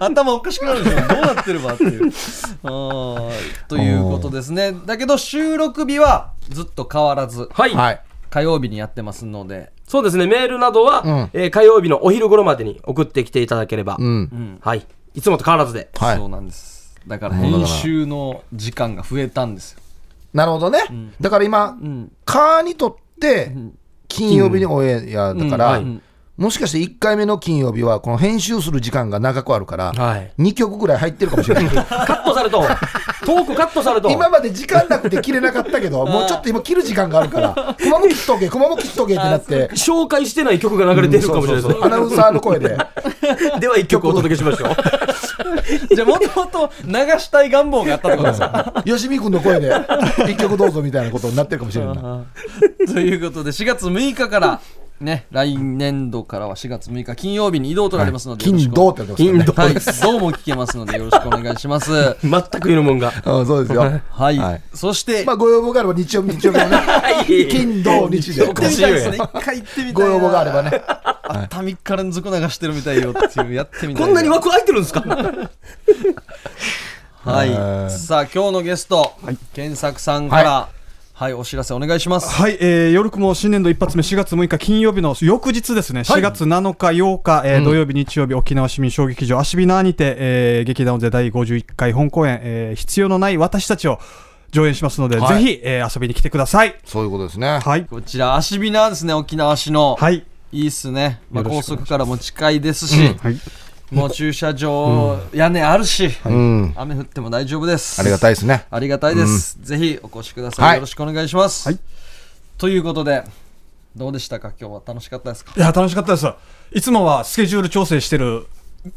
S6: 頭おかしくなるんですよ。どうなってればって いう。はーいということですね。だけど収録日はずっと変わらず、
S2: はい。
S3: はい
S6: 火曜日にやってますので、
S2: そうですね、メールなどは、
S3: ん
S2: えー火曜日のお昼頃までに送ってきていただければ。
S3: うん
S2: はい。いつもと変わらずで。
S3: はい
S6: そうなんです。だから編集の時間が増えたんですよ。
S3: なるほどね、だから今、
S6: ん
S3: カーにとって金曜日にオンエアだから、
S6: うんうんはい
S3: もしかして1回目の金曜日はこの編集する時間が長くあるから、
S2: はい
S3: 2曲ぐらい入ってるかもし れない
S2: カットされとん。トークカットされとん。
S3: 今まで時間なくて切れなかったけどもうちょっと今切る時間がある から熊も切っとけ熊も切っとけってなって
S2: 紹介してない曲が流れてるかもしれないですね
S3: アナウンサーの声で
S2: では一曲お届けしましょう。
S6: じゃあもともと流したい願望があったってことですか
S3: 吉見君の声で1曲どうぞみたいなことになってるかもしれないな
S6: ということで4月6日からね来年度からは4月6日金曜日に移動となりますので、よろし
S3: 金
S6: く
S3: どうってなってます
S6: はい、どうも聞けますのでよろしくお願いします
S2: 全く色もんが。
S3: からねうんそうですよ
S6: はい、
S3: はい
S6: そして、
S3: まあご要望があれば日曜日日曜日もね金土日で
S6: 行ってみたいですね一回行ってみた
S3: ご
S6: いな
S3: 要望があればね
S6: あった3日連続流してるみたいよっていうやってみたい
S2: こんなに枠空いてるんですか
S6: はいさあ今日のゲスト、健作さんからはい、お知らせお願いします
S4: はい、えー、夜雲新年度一発目4月6日金曜日の翌日ですね、4月7日8日、えー土曜日日曜日沖縄市民小劇場アシビナーにて、えー、劇団で第51回本公演、えー必要のない私たちを上演しますので、
S3: はい
S4: ぜひ、えー遊びに来てください
S3: そういうことですね
S4: はい
S6: こちらアシビナーですね沖縄市の、
S4: はい、
S6: いいっすね、まあ、
S4: よろ
S6: 高
S4: しくお願いします
S6: 速からも近いですし、
S4: はい、
S6: もう駐車場、屋根あるし、
S3: うん
S6: 雨降っても大丈夫です
S3: ありがたいですね
S6: ありがたいです、ぜひお越しください、
S3: はい
S6: よろしくお願いします、
S4: はい
S6: ということでどうでしたか今日は楽しかったですか、
S4: いや楽しかったですいつもはスケジュール調整してる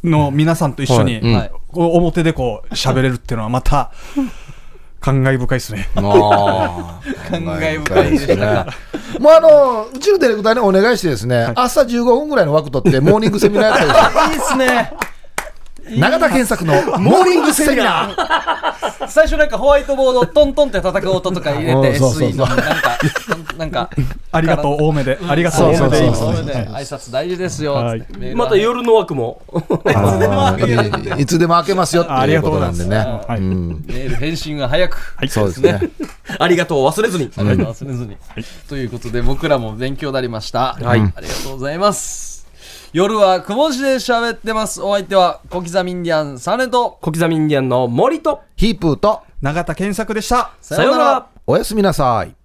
S4: のを皆さんと一緒に、
S3: はいうん
S6: はい
S4: こう表でこう喋れるっていうのはまた 感慨深いですね
S3: ああ
S6: 感慨深いですね
S3: もうあのうちのディレクターにお願いしてですね、朝15分ぐらいの枠取ってモーニングセミナーやったりして
S6: いいっすね
S3: る永田健作のモーニングセミナー
S6: 最初なんかホワイトボードをトントンって叩く音とか入れ
S3: うん
S6: て
S3: そうそう
S6: SE
S3: そ
S6: の
S3: う
S6: なんかなんか、
S4: ありがとう多めで。ありがとう
S3: そうそ
S4: 多め
S3: う
S4: で
S3: そ
S4: いういです
S6: 今そ
S4: ね。
S6: れで挨拶大事ですよ。
S4: はい
S6: つってメールは
S2: また夜の枠も。
S3: あ ーいいつでも開けますよって
S4: あり
S3: い
S4: が
S3: う
S4: と
S3: こ
S4: うご
S3: と
S4: ざい
S3: な
S4: ま
S3: ん
S4: す
S3: でね。
S4: は
S3: う
S4: い
S3: ん、
S6: メール返信が早く。
S3: そうですね。
S2: ありがとう忘れずに。
S6: ありがとう忘れずに、ということで僕らも勉強になりました、はいありがとうございます夜はくも字で喋ってますお相手は小刻みインディアンサネと
S2: 小刻みインディアンの森と。
S3: ヒープーと
S4: 永田健作でした。
S6: さ
S2: さようなら。
S3: おやすみなさい。